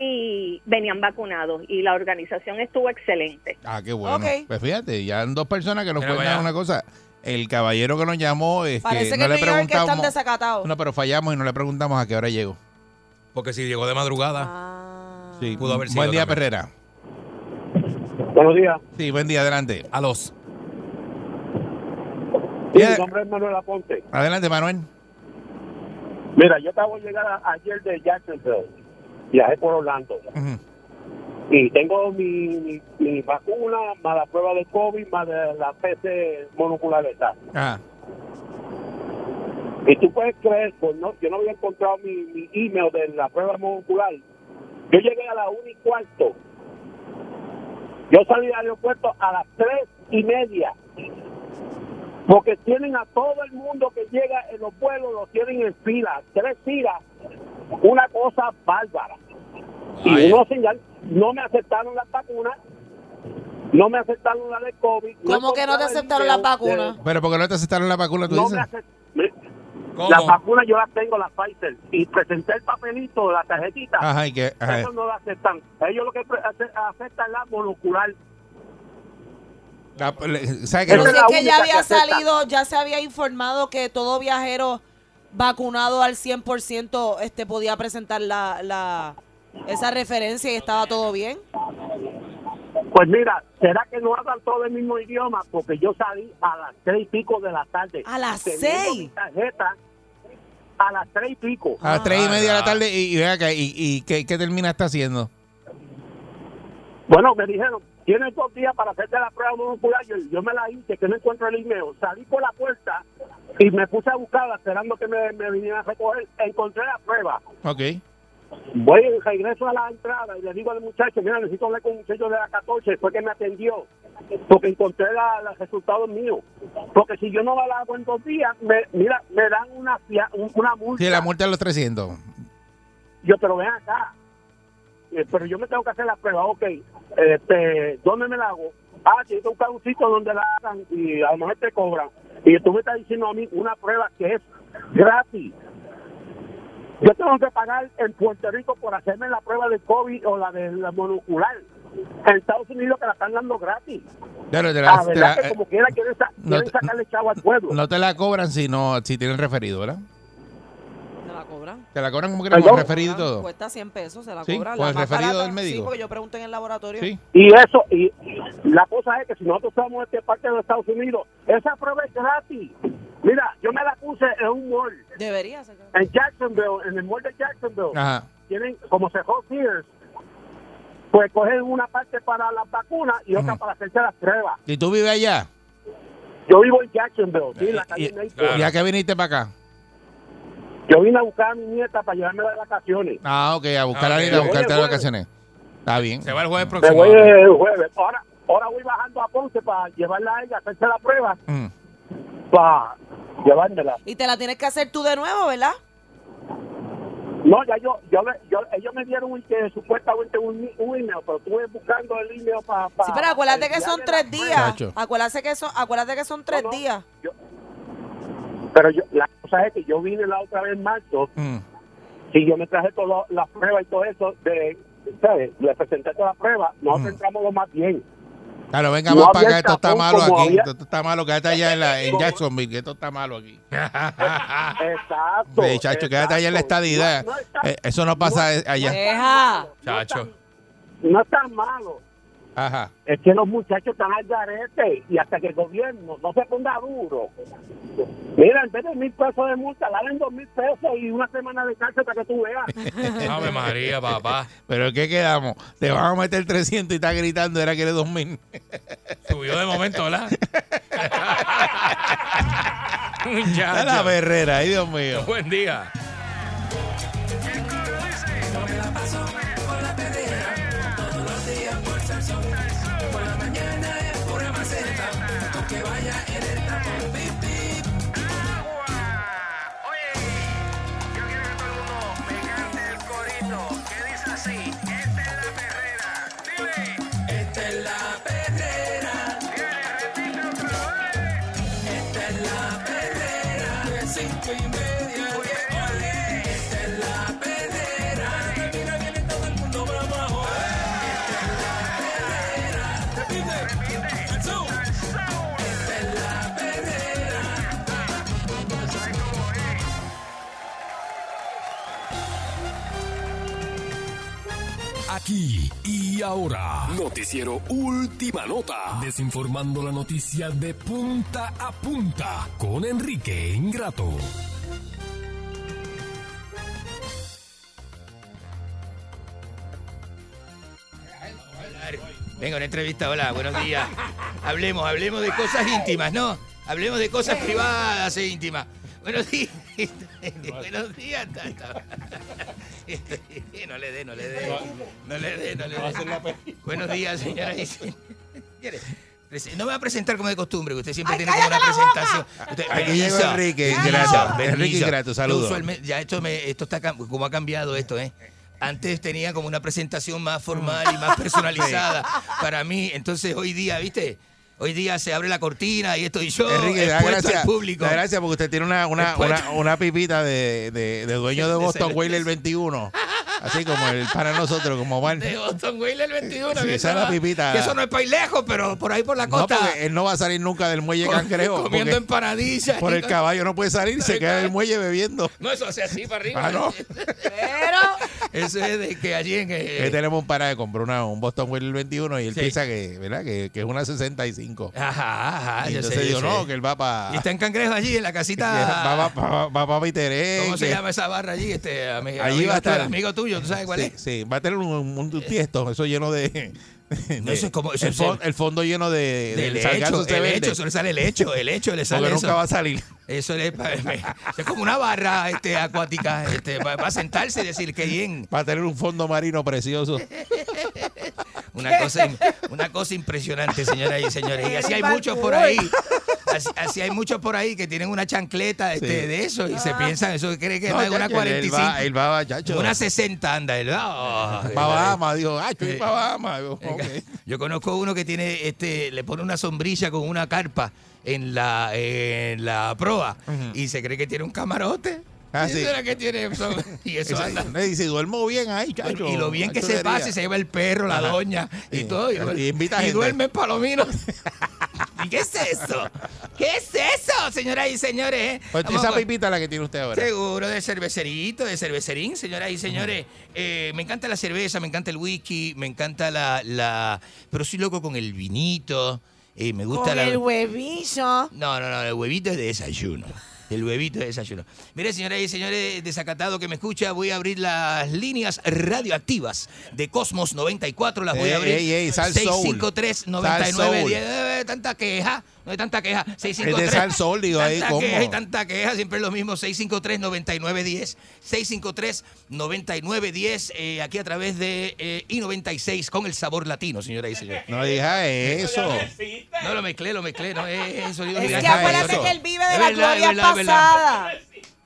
y venían vacunados y la organización estuvo excelente.
Ah, qué bueno.
Ok.
Pues fíjate, ya han dos personas que nos
Mira,
cuentan
vaya.
una cosa. El caballero que nos llamó es
Parece
que
que,
no
en
le
New York están
preguntamos.
desacatados.
No, pero fallamos y no le preguntamos a qué hora llegó.
Porque si llegó de madrugada,
Ah.
Sí.
pudo haber sido.
Buen día,
también.
Perrera.
Buenos días.
Sí, buen día, adelante.
A los.
Sí, mi nombre es Manuel Aponte.
Adelante, Manuel.
Mira, yo acabo de llegar a- ayer de Jacksonville. Viajé por Orlando. Y tengo mi, mi, mi vacuna, más la prueba de COVID, más de la PC monocular esa.
Ah,
Y tú puedes creer, pues no, yo no había encontrado mi, mi email de la prueba monocular. Yo llegué a la 1 y cuarto. Yo salí del aeropuerto a las tres y media. Porque tienen a todo el mundo que llega en los vuelos, los tienen en fila, tres filas. Una cosa bárbara. Y uno señal, no me aceptaron las vacunas, no me aceptaron la de COVID.
¿Cómo que no
encontraba
te
el
aceptaron las
email de-
vacunas?
pero ¿por qué no te aceptaron la vacuna, tú
no me
dices?
hace- me- La vacuna yo la tengo, la Pfizer, y presenté el papelito, la tarjetita.
Ajá, ¿y qué? Ajá.
Ellos no la aceptan. Ellos lo que pre- ace- aceptan es la monocular.
La- le- ¿sabe que
Pero
lo-
si es que ya había salido, ya se había informado que todo viajero vacunado al 100% este, podía presentar la, la- esa referencia y estaba todo bien.
Pues mira, ¿será que no hablan todo el mismo idioma? Porque yo salí a las tres y pico de la tarde.
¿A las
Teniendo
seis?
mi tarjeta a las tres y pico.
A las tres y media
Ah.
de la tarde y, y ven acá, y, y ¿qué, qué termina está haciendo?
Bueno, me dijeron, tienes dos días para hacerte la prueba monocular. Yo, yo me la hice, que no encuentro el email. Salí por la puerta y me puse a buscarla esperando que me, me vinieran a recoger. Encontré la prueba.
Ok.
Voy en regreso a la entrada y le digo al muchacho, mira, necesito hablar con un muchacho de la 14, fue que me atendió, porque encontré la- los resultados míos. Porque si yo no la hago en dos días, me, mira, me dan una, fia- un- una multa.
Sí, la multa de los 300.
Yo, pero ven acá. Eh, pero yo me tengo que hacer la prueba, ok. Este, ¿Dónde me la hago? Ah, tienes que buscar un sitio donde la hagan y a lo mejor te cobran. Y tú me estás diciendo a mí una prueba que es gratis. Yo tengo que pagar en Puerto Rico por hacerme la prueba de COVID o la de la monocular. En Estados Unidos que la están dando gratis.
Claro, te la-
La
te
verdad
la- eh,
que como quiera quieren, sa-
no
quieren
te-
sacarle chavo al pueblo.
no te la cobran si no si tienen referido, ¿verdad?
¿Se la cobran? Ah,
Te la cobran como que con
¿Perdón?
referido y todo.
Cuesta 100 pesos, se la
Sí,
cobran.
con
pues,
la
el
más
referido
barata.
del médico.
Sí, porque yo pregunté en el laboratorio.
Y eso, y la cosa es que si nosotros estamos en este parte de los Estados Unidos, esa prueba es gratis. Mira, yo me la puse en un mall,
Debería ser.
en Jacksonville, en el mall de Jacksonville.
Ajá.
Tienen, como se Sears, pues cogen una parte para las vacunas y otra para hacerse las pruebas.
¿Y tú vives allá? Eh,
Yo vivo en Jacksonville, sí, en la
¿Y,
calle Naples.
¿y a qué viniste para acá?
Yo vine a buscar a mi nieta para llevarme de vacaciones.
Ah, ok, a buscar
Ah,
a
ok.
alguien a
Me voy
buscarte
el
las
jueves.
vacaciones. Está bien. Se
va el jueves
Me voy el jueves. Ahora, ahora voy bajando a Ponce para llevarla a ella, a hacerse la prueba, para llevármela.
Y te la tienes que hacer tú de nuevo, ¿verdad?
No, ya yo, yo, le- yo- ellos me dieron un, que supuestamente un, un email, pero estuve buscando el email para...
Sí, pero acuérdate que son tres días.
Chacho.
Acuérdate que son, acuérdate que son tres días.
Pero yo, la cosa es que yo vine la otra vez en marzo y yo me traje todas las pruebas y todo eso. De, ¿sabes? Le presenté todas las pruebas, nosotros entramos lo más bien.
Claro, venga,
No
más
había
para acá, esto está
tapón
malo
como
aquí.
había-
Esto está malo, quédate allá en, la, en Jacksonville, que esto está malo aquí. [laughs]
Exacto.
Sí, chacho, quédate allá en la estadidad.
No, no
Eh, Eso no pasa eh, allá.
Deja.
Chacho.
No es tan malo.
Ajá.
Es que los muchachos están al garete y hasta que el gobierno no se ponga duro. Mira, en vez de mil pesos de multa, dale dos mil pesos y una semana de cárcel para que tú
[laughs]
veas.
[laughs] Ave María, papá.
[laughs] Pero ¿qué quedamos? Te van a meter 300 y estás gritando, era que eres 2000.
Subió de momento, ¿verdad?
Está la berrera, [laughs] ay Dios mío.
[laughs] Buen día.
Esta es la perrera. Esta es la perrera. De cinco y media. Olé. Esta es la perrera. Que mira viene todo el mundo para abajo. Esta es la perrera. Repite. Repite. Al sur. Esta es la perrera.
Aquí y ahora, Noticiero Última Nota, desinformando la noticia de punta a punta con Enrique Ingrato.
Venga, una entrevista, hola, buenos días. Hablemos, hablemos de cosas íntimas, ¿no? Hablemos de cosas privadas e íntimas. Buenos
[laughs]
días. buenos días, Tata. no le dé, no le dé. No le dé, no le dé. Buenos días, señoras y señores. Prese- No me va a presentar como de costumbre, que usted siempre tiene como una presentación. Usted-
Aquí llegó
Benissa,
Enrique
Benissa,
Ingrato.
Benissa.
Enrique Ingrato,
Yo
saludos.
usualmente- Ya esto, me, esto está, cam- como ha cambiado esto, ¿eh? Antes tenía como una presentación más formal
[laughs]
y más personalizada para mí. Entonces hoy día, ¿viste? Hoy día se abre la cortina y estoy yo
Enrique, da
expuesto
gracias,
al público.
da gracias porque usted tiene una, una,
Expuesto.
una, una pipita de, de, de dueño
[laughs]
de
De
Boston
ser-
Whaler 21. Así como el para nosotros, como Omar.
De
[laughs]
Boston Whaler 21.
Sí,
que
esa es la
va-
pipita.
Que eso no es para ir lejos, pero por ahí por la
No,
costa.
porque él no va a salir nunca del muelle
Com-
cangrejo.
comiendo
porque
empanadillas.
Por el caballo no puede salir, se queda en el muelle bebiendo.
no, eso Este. hace así para arriba.
Ah, no.
Pero.
[laughs] Eso es de que allí en. eh,
Ahí tenemos un para [laughs] que compró una, un Boston Whaler 21 y él
Sí. Ah,
piensa que, ¿verdad? Que, que es una 65. [laughs]
Ajá, ajá.
Y
yo
entonces
sé, yo
digo, no,
sé.
que él va para.
Y está en cangrejo allí, en la
[laughs] Va, va,
casita.
va, va, va pa' Viteré,
¿Cómo se
que-
llama esa barra allí? Este, ami-
Allí
amigo
va a estar.
tuyo, Amigo tuyo, ¿tú sabes cuál
Sí,
es?
sí, va a tener un, un, un tiesto, eso lleno de. de-
eso es como- eso
el,
es
fon-
el-
el fondo lleno de.
Del
del salgazo
hecho,
se
el
vende.
hecho, eso le sale el hecho, el hecho, le sale
Porque
eso.
nunca va a salir.
Eso le- [laughs] pa- me- eso es como una barra este, acuática este, para sentarse y decir que bien.
Va a tener un fondo marino precioso.
Una cosa, im- una cosa impresionante, señoras y señores. Y así hay muchos por ahí. Así, así hay muchos por ahí que tienen una chancleta este,
Sí.
de eso y se piensan, eso cree que
No,
es una
chacho, él- él
45.
va- él va, chacho. Ah,
Una 60 anda, ¿verdad? Oh, qué
Babama, dijo, ah, chuy,
Eh,
Babama. Yo, ok.
Yo conozco uno que tiene, este, le pone una sombrilla con una carpa en la, en la proa y se cree que tiene un camarote.
Ah,
Y eso
sí.
es lo que tiene. son- y eso [laughs]
Ese-
anda.
Y [laughs] si duermo bien ahí, chacho.
Y lo bien
una
que se
chulería.
pasa, y se lleva el perro, la
Ajá.
[laughs] doña y
Sí.
todo. Y, duerme-
Y Eh, invita gente.
duerme en
[laughs]
palominos. ¿Y qué es eso? ¿Qué es eso, señoras y señores? eh?
Pues
Vamos
esa
con-
pipita es la que tiene usted ahora.
Seguro, de cervecerito, de cervecerín, señoras y señores. Eh, me encanta la cerveza, me encanta el whisky, me encanta la... la pero soy loco con el vinito, eh, me gusta
Con
la...
el huevillo.
No, no, no, el huevito es de desayuno. El huevito de desayuno. Mire, señoras y señores, desacatado que me escucha, voy a abrir las líneas radioactivas de Cosmos 94. Las voy
Ey,
a abrir.
ey, ey, Sal Soul.
653
Sal
99
Soul.
10 eh, Tanta queja, no hay tanta queja. 653.
Es de Sal Soul, digo, ahí,
tanta
¿cómo?
queja y tanta queja, siempre lo mismo. 653 9910 653 9910 eh, aquí a través de eh, I96 con el sabor latino, señoras y señores.
No diga eso.
No lo mezclé, lo mezclé, no es eso. yo
Es
digo,
que
ah,
acuérdate
eso.
que él vive de
Es verdad,
la
es
gloria
verdad, es verdad.
pasada.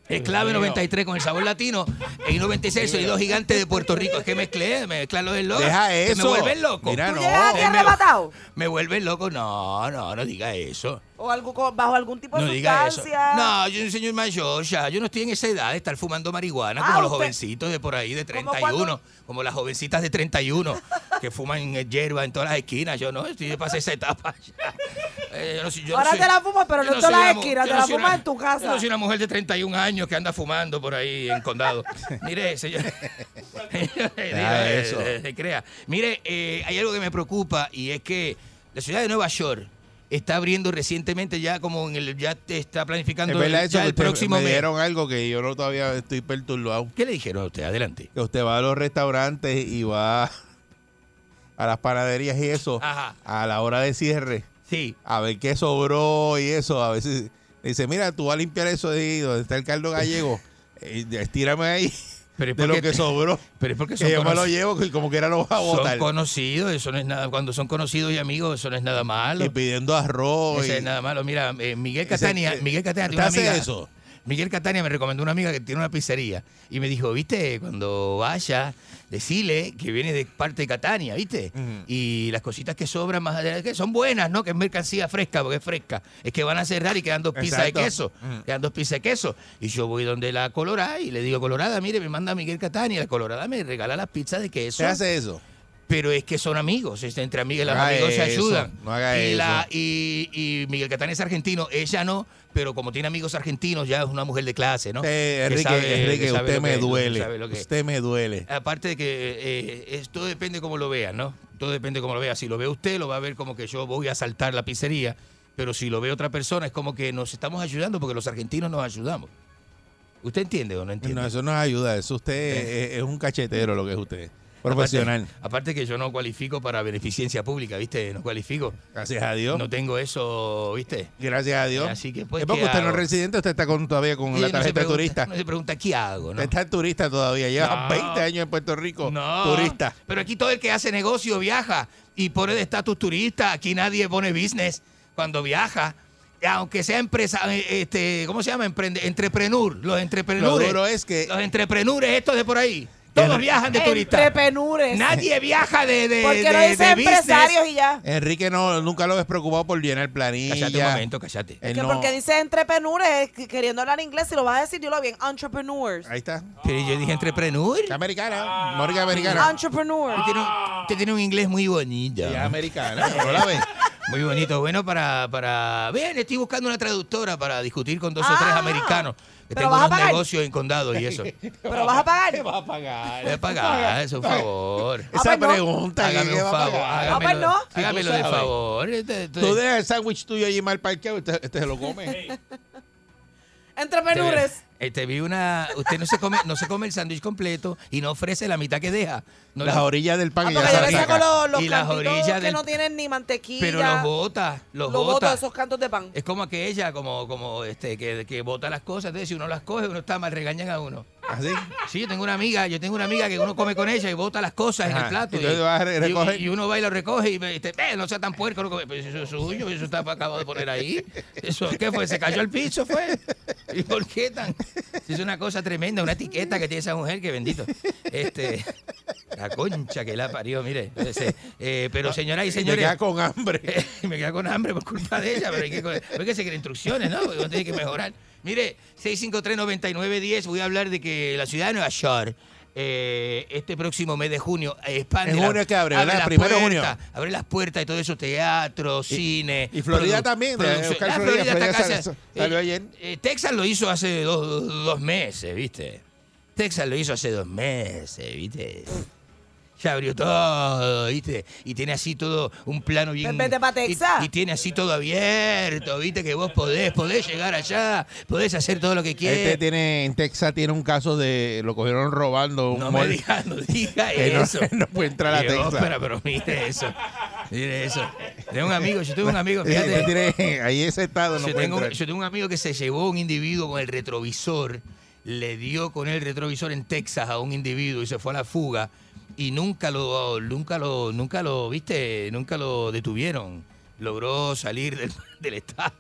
Es clave
mío.
93 con el sabor latino. El 96, sonido gigante de Puerto Rico. Es que mezclé, me mezclan los enlocos.
Deja
Que me
eso.
vuelven loco.
Mira, ¿Tú no.
llegas a tierra
Me-
matado?
Me vuelven loco. No, no, no diga eso.
O algo con- bajo algún tipo de
No diga eso.
sustancia.
No, yo soy un señor mayor ya. Yo no estoy en esa edad de estar fumando marihuana
Ah,
como los
usted-
jovencitos de por ahí de
¿Como
31. Como las jovencitas de 31 que fuman eh, hierba en todas las esquinas. Yo no, estoy pasé esa etapa ya. Eh, yo no soy- yo no
Ahora
soy-
te la fumas, pero
yo
no en todas
soy
las
una mu-
esquinas,
yo
te
no
la
soy
fumas
una-
en tu
Yo no
casa.
soy una mujer de 31 años que anda fumando por ahí en
[laughs]
condado. Mire, señor.
Ah,
Eh,
eso.
eh, se crea. Mire, eh, hay algo que me preocupa y es que la ciudad de Nueva York está abriendo recientemente ya como en el ya te está planificando
Es verdad
el,
eso
ya
que
el
usted-
próximo
me
mes.
dieron algo que yo no todavía estoy perturbado.
¿Qué le dijeron a usted? Adelante.
Que usted va a los restaurantes y va a las panaderías y eso
Ajá.
a la hora de cierre.
Sí.
A ver qué sobró y eso. A veces le dice, mira, tú vas a limpiar eso de ahí donde está el
[laughs]
caldo gallego. Eh, Estírame ahí
Pero es
de lo
porque-
que sobró.
[laughs] Pero es porque son
que yo me lo
conoc-
llevo y como quiera lo va [laughs] a
Son
botar.
conocidos, eso no es nada. Cuando son conocidos y amigos, eso no es nada malo.
Y pidiendo arroz.
Eso
y-
es nada malo. Mira, eh, Miguel
Ese-
Catania,
eh,
Miguel Catania
¿usted
tiene una
hace
amiga.
eso?
Miguel Catania me recomendó una amiga que tiene una pizzería y me dijo, viste, cuando vaya, decile que viene de parte de Catania, ¿viste? Y las cositas que sobran más adelante, que son buenas, ¿no? Que es mercancía fresca, porque es fresca. Es que van a cerrar y quedan dos pizzas
Exacto.
de queso.
Ujú.
Quedan dos pizzas de queso. Y yo voy donde la colorada y le digo, colorada, mire, me manda Miguel Catania. La colorada me regala las pizzas de queso
¿Usted hace eso?
pero es que son amigos, es- entre amigas, los
No haga
amigos se
eso,
ayudan.
no haga
y,
eso.
y, y Miguel Catán es argentino, ella no, pero como tiene amigos argentinos, ya es una mujer de clase, ¿no?
Eh,
Que
Enrique,
sabe-
Enrique,
que sabe
usted
lo
me
que- sabe
duele.
lo que-
Usted me duele.
Aparte de que eh, es- todo depende cómo lo vea, ¿no? Todo depende cómo lo vea. Si lo ve usted, lo va a ver como que yo voy a saltar la pizzería, pero si lo ve otra persona, es como que nos estamos ayudando porque los argentinos nos ayudamos. ¿Usted entiende o no entiende?
No, eso no es ayuda. Eso usted es, es un cachetero lo que es usted. Profesional.
Aparte, aparte que yo no cualifico para beneficencia pública, ¿viste? No cualifico.
Gracias a Dios.
No tengo eso, ¿viste?
Gracias a Dios.
Así que, pues,
es porque
¿qué
usted no es
hago?
residente, usted está con, todavía con
Sí,
la
no
tarjeta
se pregunta-
turista.
No se pregunta qué hago, ¿no?
Usted está turista todavía,
No.
lleva 20 años en Puerto Rico.
No.
Turista.
Pero aquí todo el que hace negocio viaja y pone de estatus turista. Aquí nadie pone business cuando viaja. Aunque sea empresa, eh, este, ¿cómo se llama? Emprende, entrepreneur. Los entrepreneurs.
duro es que-
Los entrepreneurs estos de por ahí. Todos viajan de turistas.
Entrepenures.
Nadie viaja de, de,
¿Por qué
de-
no
de
dicen
business.
empresarios y ya?
Enrique no, nunca lo ves preocupado por llenar planilla.
Cállate un momento, cállate.
Él
Que
no-
porque dice entrepreneurs eh, que- queriendo hablar inglés y lo vas a decir, dilo bien, entrepreneurs.
Ahí está.
Pero yo dije entrepreneur.
americana. Mónica americana.
Entrepreneur.
Ah, Usted tiene un inglés muy bonito.
Sí, americana, pero la ve.
Muy bonito. Bueno, para, para. Bien, estoy buscando una traductora para discutir con dos o tres americanos. Que
Ah, pero
tengo
vas a
unos
pagar.
negocios en condado y
[laughs]
eso.
Pero vas a pagar.
Vas a pagar.
Voy a
[laughs]
pagar,
Ah,
eso, un favor.
pues
Esa pregunta que-
Hágame
que
un
va a
favor.
pagar.
Hágamelo,
Ah, pues no.
hágamelo
Sí,
de
tú sabes.
favor. Este- este-
Tú dejas el sándwich tuyo allí mal parqueado, este, este se
[laughs]
lo come.
Entrepreneurs.
Te, eh, te vi una. Usted no se come, no se come el sándwich completo y no ofrece la mitad que deja. No
Las
le-
orillas del pan
Ah,
y
porque
ya
yo
se
le saco
saca.
los, los
Y las
cantitos
orillas
que
del-
no tienen ni mantequilla.
Pero los bota, los,
Los boto,
bota.
esos cantos de pan.
Es como aquella, como, como este, que, que bota las cosas. Entonces, si uno las coge, uno está mal, regañan a uno.
¿Así?
Sí, yo tengo una amiga, yo tengo una amiga que uno come con ella y bota las cosas en
Ajá.
el plato.
Ah, Entonces vas a re-
y-
recoger.
y uno va y lo recoge y ve, este, "Eh, no sea tan puerco, no come". Pero eso es suyo, eso está acabado de poner ahí. Eso, ¿Qué fue? ¿Se cayó al piso? ¿Fue? ¿Y por qué tan? Es una cosa tremenda, una etiqueta que tiene esa mujer, que bendito. Este, la concha que la parió, mire. Ese, eh, pero señoras y
Ah, Me
señores.
queda con hambre.
[laughs] me queda con hambre por culpa de ella, pero hay que, co- hay que seguir instrucciones, ¿no? Porque uno tiene que mejorar. Mire, 653-9910, voy a hablar de que la ciudad de Nueva York, eh, este próximo mes de junio, eh, expande.
En
la-
junio que abre, ¿verdad?
las
Primero de junio.
puertas, Abre las puertas de todos esos teatros, cine.
y Florida
produ-
también, de
producción.
Oscar
Ah,
Florida,
está
Florida
casi-
sal- salió
eh,
ayer.
eh, Texas lo hizo hace dos, dos- dos meses, ¿viste? Texas lo hizo hace dos meses, ¿viste? Ya abrió todo, ¿viste? Y tiene así todo un plano bien.
Vete pa' Texas.
Y, y tiene así todo abierto, ¿viste? Que vos podés, podés llegar allá, podés hacer todo lo que
Este
quieras.
tiene, en Texas tiene un caso de, lo cogieron robando un
No me
mall.
diga, no diga
[laughs] Que no-
eso.
no puede entrar a
Dios,
Texas.
Pero, pero mire eso. Mire eso. Tengo un amigo, yo tengo un amigo,
Este
fíjate.
[laughs] tiene- ahí ese estado no
yo,
puede
tengo,
entrar.
yo tengo un amigo que se llevó a un individuo con el retrovisor, le dio con el retrovisor en Texas a un individuo y se fue a la fuga y nunca lo, nunca lo, nunca lo, viste, nunca lo detuvieron. Logró salir del, [laughs] del estado.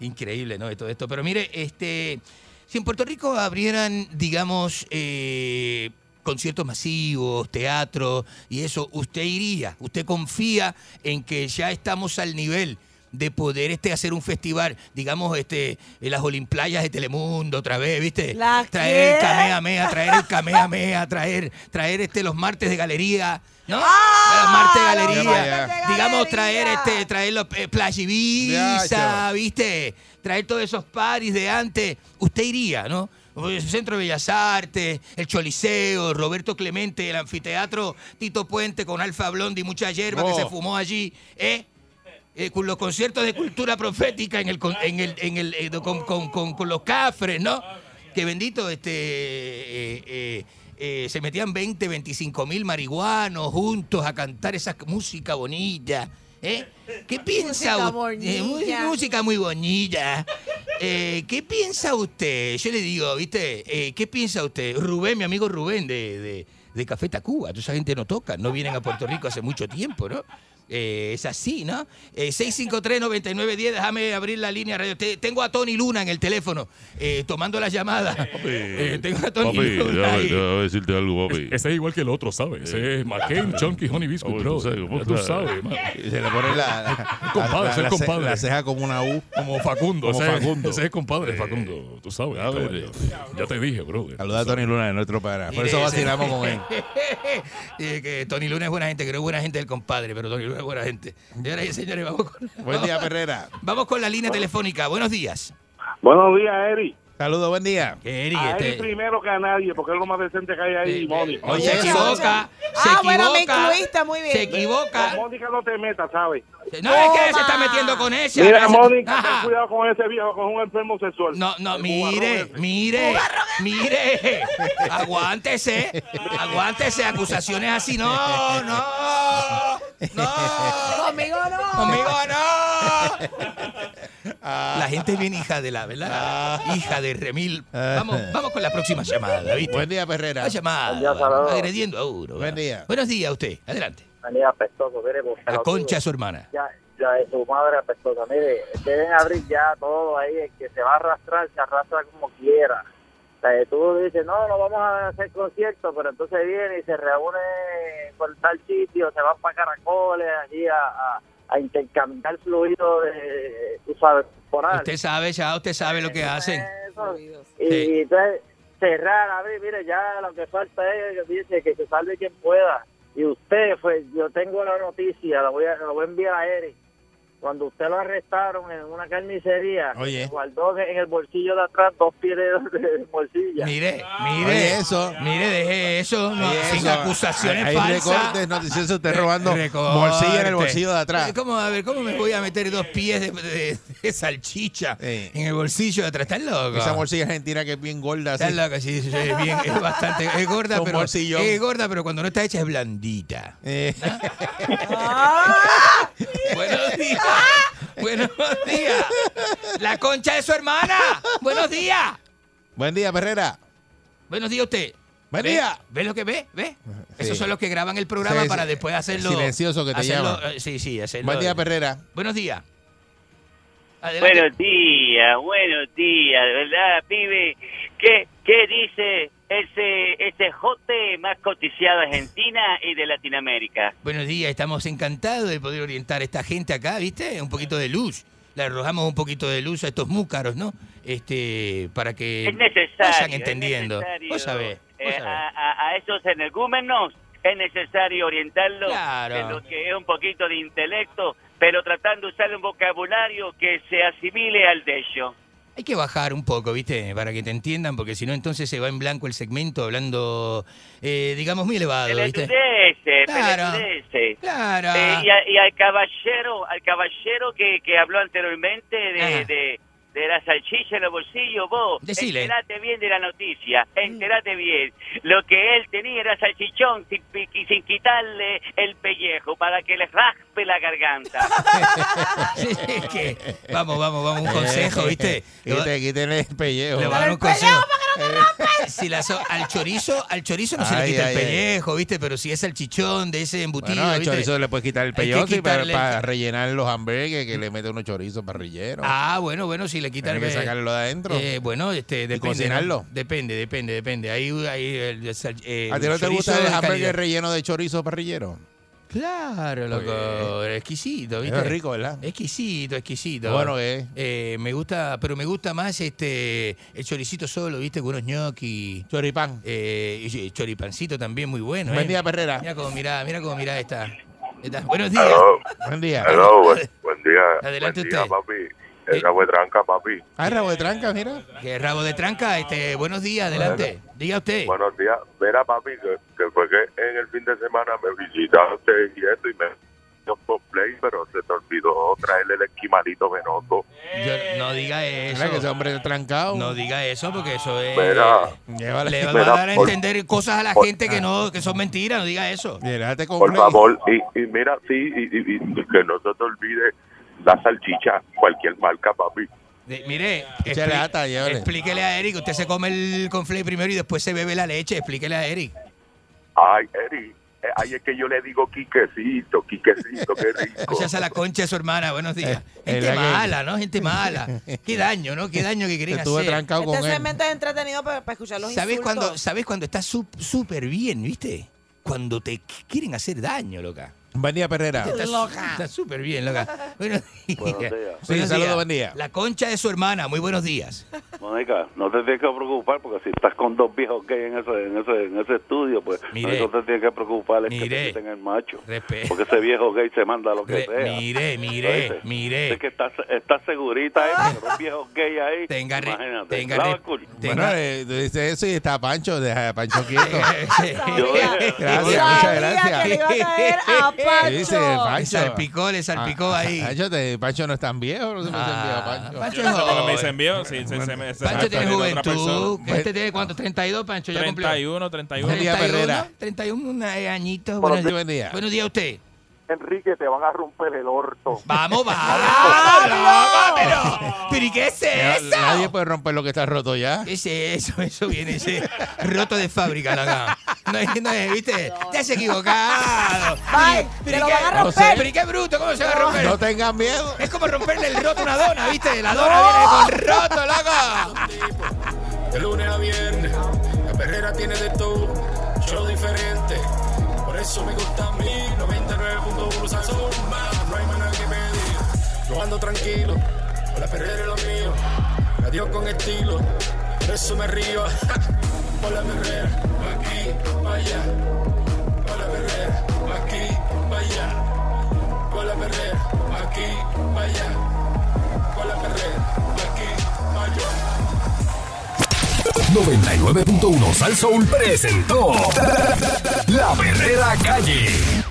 Increíble, ¿no? De todo esto. Pero mire, este, si en Puerto Rico abrieran, digamos, eh, conciertos masivos, teatro y eso, usted iría, usted confía en que ya estamos al nivel de poder este hacer un festival, digamos, este, en las Olimplayas de Telemundo otra vez, ¿viste?
¿Las
traer el
qué?
Kamehameha, traer el Kamehameha, traer, traer este los martes de galería. ¿No?
¡Ah!
los
los
martes de galería.
Ah, martes de
Digamos, traer este, traer los eh, Playa Ibiza,
Ya,
Ah, ¿viste? Traer todos esos paris de antes. Usted iría, ¿no? El Centro de Bellas Artes, el Choliseo, Roberto Clemente, el anfiteatro Tito Puente con Alfa Blondi y mucha hierba
Oh.
que se fumó allí, ¿eh? Eh, con los conciertos de cultura profética en el, con- en el, en el, eh, con, con- con- con los cafres, ¿no? Que bendito, este, eh, eh, eh, se metían 20, 25 mil marihuanos juntos a cantar esa música bonita. ¿eh? ¿Qué piensa
Música
u- eh, mu-
bonita.
música muy bonita. Eh, ¿Qué piensa usted? Yo le digo, ¿viste? Eh, ¿Qué piensa usted? Rubén, mi amigo Rubén de, de, de Café Tacuba. Toda esa gente no toca, no vienen a Puerto Rico hace mucho tiempo, ¿no? Eh, es así, ¿no? Eh, 653-9910, déjame abrir la línea de radio. Te- tengo a Tony Luna en el teléfono, eh, tomando la llamada. Eh, tengo a Tony
Papi,
Luna.
déjame,
ahí.
déjame decirte algo, papi.
Ese es igual que el otro, ¿sabes? Ese es McCain, Chunky, Honey Biscuit,
Oye, tú
bro.
sabes, ¿cómo
Ya tú
está?
[laughs]
sabes, man.
Y se le pone
[laughs]
la, la-
compadre,
la-
ese es
la ce-
compadre.
la ceja como una U.
Como Facundo,
Como
ese,
Facundo.
ese es compadre
Eh.
de Facundo, tú
Ah,
sabes. caballo. ya te dije, bro.
Saluda a Tony Luna de nuestro para. Ah, Por eso
Mire,
vacilamos
ese-
con
[laughs]
él.
Eh, que Tony Luna es buena gente, creo que es buena gente del compadre, pero Tony Luna es buena gente. Señoras y señores, vamos con,
[laughs] Buen día, Ferrera.
vamos con la línea telefónica. Buenos días.
[laughs] Buenos días, Ah, Eri. Saludos, buen día.
Eric,
A él
este- Eh,
primero que a nadie, porque es lo más decente que hay ahí, Mónica.
oye, se equivoca, se
Ah, bueno, me
equivoca,
incluiste, muy bien.
se equivoca.
Con Mónica no te metas, ¿sabes?
eh, No, es que se está metiendo con ella.
Mira,
Ese-
Mónica, ten
Ajá.
cuidado con ese viejo, con un enfermo sexual.
No, no, mire, mire, mire, aguántese, aguántese, acusaciones así, no, no, no,
Conmigo no.
conmigo no. La gente es bien hija de la, ¿verdad?
Ah.
Hija de Remil. Vamos, vamos con la próxima llamada, ¿viste?
Buen día, Ferrera.
La llamada,
Buen día, saludos.
agrediendo a uno.
Buen día.
Buenos días a usted, adelante.
Manía apestoso, mire, por
La
pelotudo.
concha a su hermana.
Ya, la de su madre apestosa. Mire, deben abrir ya todo ahí. El que se va a arrastrar, se arrastra como quiera.
sea, tú dices, no, no vamos a hacer concierto, pero entonces viene y se reúne por tal sitio, se van para Caracoles, allí a, a, a intercambiar fluido de, tú sabes, corporal.
Usted sabe, ya usted sabe lo que hacen.
Eso. Y entonces cerrar, abrir, mire, ya lo que falta es que dice que se salve quien pueda. Y usted, pues yo tengo la noticia, la voy a, la voy a enviar a Eric. Cuando usted lo arrestaron en una carnicería,
Oye.
se guardó en el bolsillo de atrás dos piedras de bolsilla.
Mire, mire eso. Mire, deje eso. no, sin
eso.
acusaciones
Hay- hay
falsas.
recortes, noticiosos, usted
[laughs]
robando
Recorte.
bolsilla en el bolsillo de atrás.
Ay, ¿Cómo, a ver, ¿cómo me voy a meter dos pies de, de- de salchicha en el bolsillo de atrás? ¿Estás loco?
Esa bolsilla argentina que es bien gorda.
Está loca, sí, sí, sí, es bien, es bastante, es gorda, pero es gorda, pero cuando no está hecha es blandita.
Eh.
Ah.
Buenos días. Buenos días. La concha de su hermana. Buenos días.
Buen día, Perrera.
Buenos días a usted.
Buen
¿Ve?
día.
¿Ve lo que ve? ¿Ve?
Sí.
Esos son los que graban el programa
Sí,
para
sí.
después hacerlo.
Silencioso que te
hacerlo-
llama.
eh, Sí, sí, hacerlo.
Buen día, Perrera.
Buenos días. Adelante.
Buenos días, buenos días, de ¿verdad, pibe? ¿Qué, qué dice ese, ese jote más cotizado de Argentina y de Latinoamérica?
Buenos días, estamos encantados de poder orientar a esta gente acá, ¿viste? Un poquito de luz. Le arrojamos un poquito de luz a estos múcaros, ¿no? Este, para que
Es necesario.
vayan
es
entendiendo.
necesario,
Vos sabés.
eh, a, a- a esos energúmenos es necesario orientarlos
Claro.
en lo que es un poquito de intelecto, pero tratando de usar un vocabulario que se asimile al de ellos.
Hay que bajar un poco, ¿viste? Para que te entiendan, porque si no, entonces se va en blanco el segmento hablando, eh, digamos, muy elevado, ¿viste?
Pelotudece,
Claro.
pelotudece.
Claro.
Eh, y, a- y al caballero, al caballero que, que habló anteriormente de, de, de la salchicha en los bolsillos, vos,
Decile. Mm.
enterate bien de la noticia, enterate bien. Lo que él tenía era salchichón sin, pi- y sin quitarle el pellejo para que le raspe la garganta.
[laughs] Sí, es que- vamos, vamos, vamos,
Eh,
un consejo, ¿viste?
Quítenle, quítenle el pellejo.
Le voy a dar un consejo. Eh, Si la so- al chorizo, al chorizo no se le
Ay,
quita el
ay, ay.
pellejo, ¿viste? Pero si es al chichón de ese embutido,
Bueno, el
¿viste?
chorizo le puedes quitar el
Hay que
pellejo sí, para,
quitarle-
para rellenar los hamburgues que le mete unos chorizos parrilleros.
Ah, bueno, bueno, si le quitan
Tiene
el
que sacarlo de adentro.
Eh, bueno, este, depende. ¿no?
cocinarlo?
Depende, depende, depende. Ahí, ahí el, sal- eh,
¿A ti no te
chorizo
gusta
de
el hamburgues
calidad.
relleno de chorizo parrillero?
Claro, loco. exquisito, ¿viste?
Es rico, ¿verdad?
Exquisito, exquisito.
Bueno, es.
Eh, me gusta, pero me gusta más este el choricito solo, ¿viste? Con unos ñoqui.
Choripán.
Eh, y- y choripancito también muy bueno.
Buen
¿eh?
día, Perrera.
Mira cómo mirá, mira cómo mirá esta. esta- Buenos días.
Hello.
Buen día.
Hello, buen, buen día.
Adelante
buen día,
usted. Eh,
papi. Esa fue tranca, papi.
Ah, rabo de tranca, mira.
Que rabo de tranca, este, buenos días, adelante. Diga usted.
Buenos días. Verá, papi, que, que fue que en el fin de semana me visitaste y esto, y me dio por play, pero se te olvidó traerle el esquimalito venoso.
Yo- no diga eso.
Mira que ese hombre trancado.
No diga eso porque eso es.
Mira.
Llévale.
Eh, Le va
Mira,
a dar a
por-
entender cosas a la
por- ah.
gente que no, que son mentiras, no diga eso.
Por favor, y, y mira, sí, y, y- y que no se te olvide la salchicha, cualquier marca, papi.
De- mire,
Échale
expli-
ata, llévale.
explíquele a Eric, usted se come el confle primero y después se bebe la leche, explíquele a Eric.
Ay, Eri, eh, ahí es que yo le digo quiquecito, quiquecito, qué rico.
Gracias a la concha de su hermana, buenos
[laughs]
días. Gente
la que-
mala, ¿no? Gente mala. Qué daño, ¿no? Qué daño que quieren
Estuve
hacer.
trancado
Este segmento es entretenido para, para escuchar los
¿Sabes
insultos.
cuando, ¿Sabes cuando estás sup- súper bien, viste? Cuando te qu- quieren hacer daño, loca.
Buen día, Perrera.
Está su- Está súper bien, loca.
[laughs]
Buenos días.
Buenos días.
Sí, saludos, buen día.
La concha de su hermana, muy buenos días.
Mónica, no te tienes que preocupar porque si estás con dos viejos gays en ese, en ese, en ese estudio, pues
Mire.
no te tienes que preocupar es que
Mire.
te quiten el macho.
Respeto.
Porque ese viejo gay se manda lo que
Re-
sea.
mire, mire,
¿Oíste?
mire.
Es que estás estás segurita, ¿eh? Pero un viejo gay ahí.
Tenga re-
imagínate.
tenga
Claro,
re-
cool.
Bueno, eh, tú dices eso y está Pancho, deja a Pancho
[laughs]
quieto.
Yo-
Gracias, muchas gracias. Sí, dice, Pancho.
Le salpicó, le salpicó
Ah,
ahí. Ah.
Pancho, te- Pancho no es tan viejo, no se me dicen viejo, Pancho.
Pancho
Yo
es
no sé por qué me
joven.
dicen viejo, si se, se me- se
Pancho
me
tiene
está viendo otra
juventud.
persona.
¿Este tiene cuánto? ¿32, Pancho? Ya cumplió.
31, 31.
31, 31 una- eh, añitos.
Buenos días,
Buenos días.
buen día.
Buenos días a usted.
Enrique, te van a romper el orto. [laughs]
Vamos, vamos. pero, pero ¿y qué es
Mira,
eso?
Eh, Nadie puede romper lo que está roto ya.
¿Qué es eso? Eso viene ese roto de fábrica, la gama. No es, no es, ¿viste? Te has equivocado.
Bye,
Pero
te
¿y
lo
qué-
van a
no sé,
romper.
Pero ¿y qué bruto? ¿Cómo se va a romper?
No tengan miedo.
Es como romperle el roto a una dona, ¿viste? La dona viene con roto, loco.
de lunes a viernes. La perrera tiene de todo, show diferente. Por eso me gusta a mí, 99.1 Salsón, más, no hay manera que pedir. Yo ando tranquilo, con la perrera es lo mío. Adiós con estilo, por eso me río. Por la perrera, pa' aquí, pa' allá. Por la perrera, pa' aquí, pa' allá. Por la perrera, pa' aquí, pa' allá. Por la perrera, pa' aquí, pa' allá.
99.1 Sal Soul presentó La Verdadera Calle.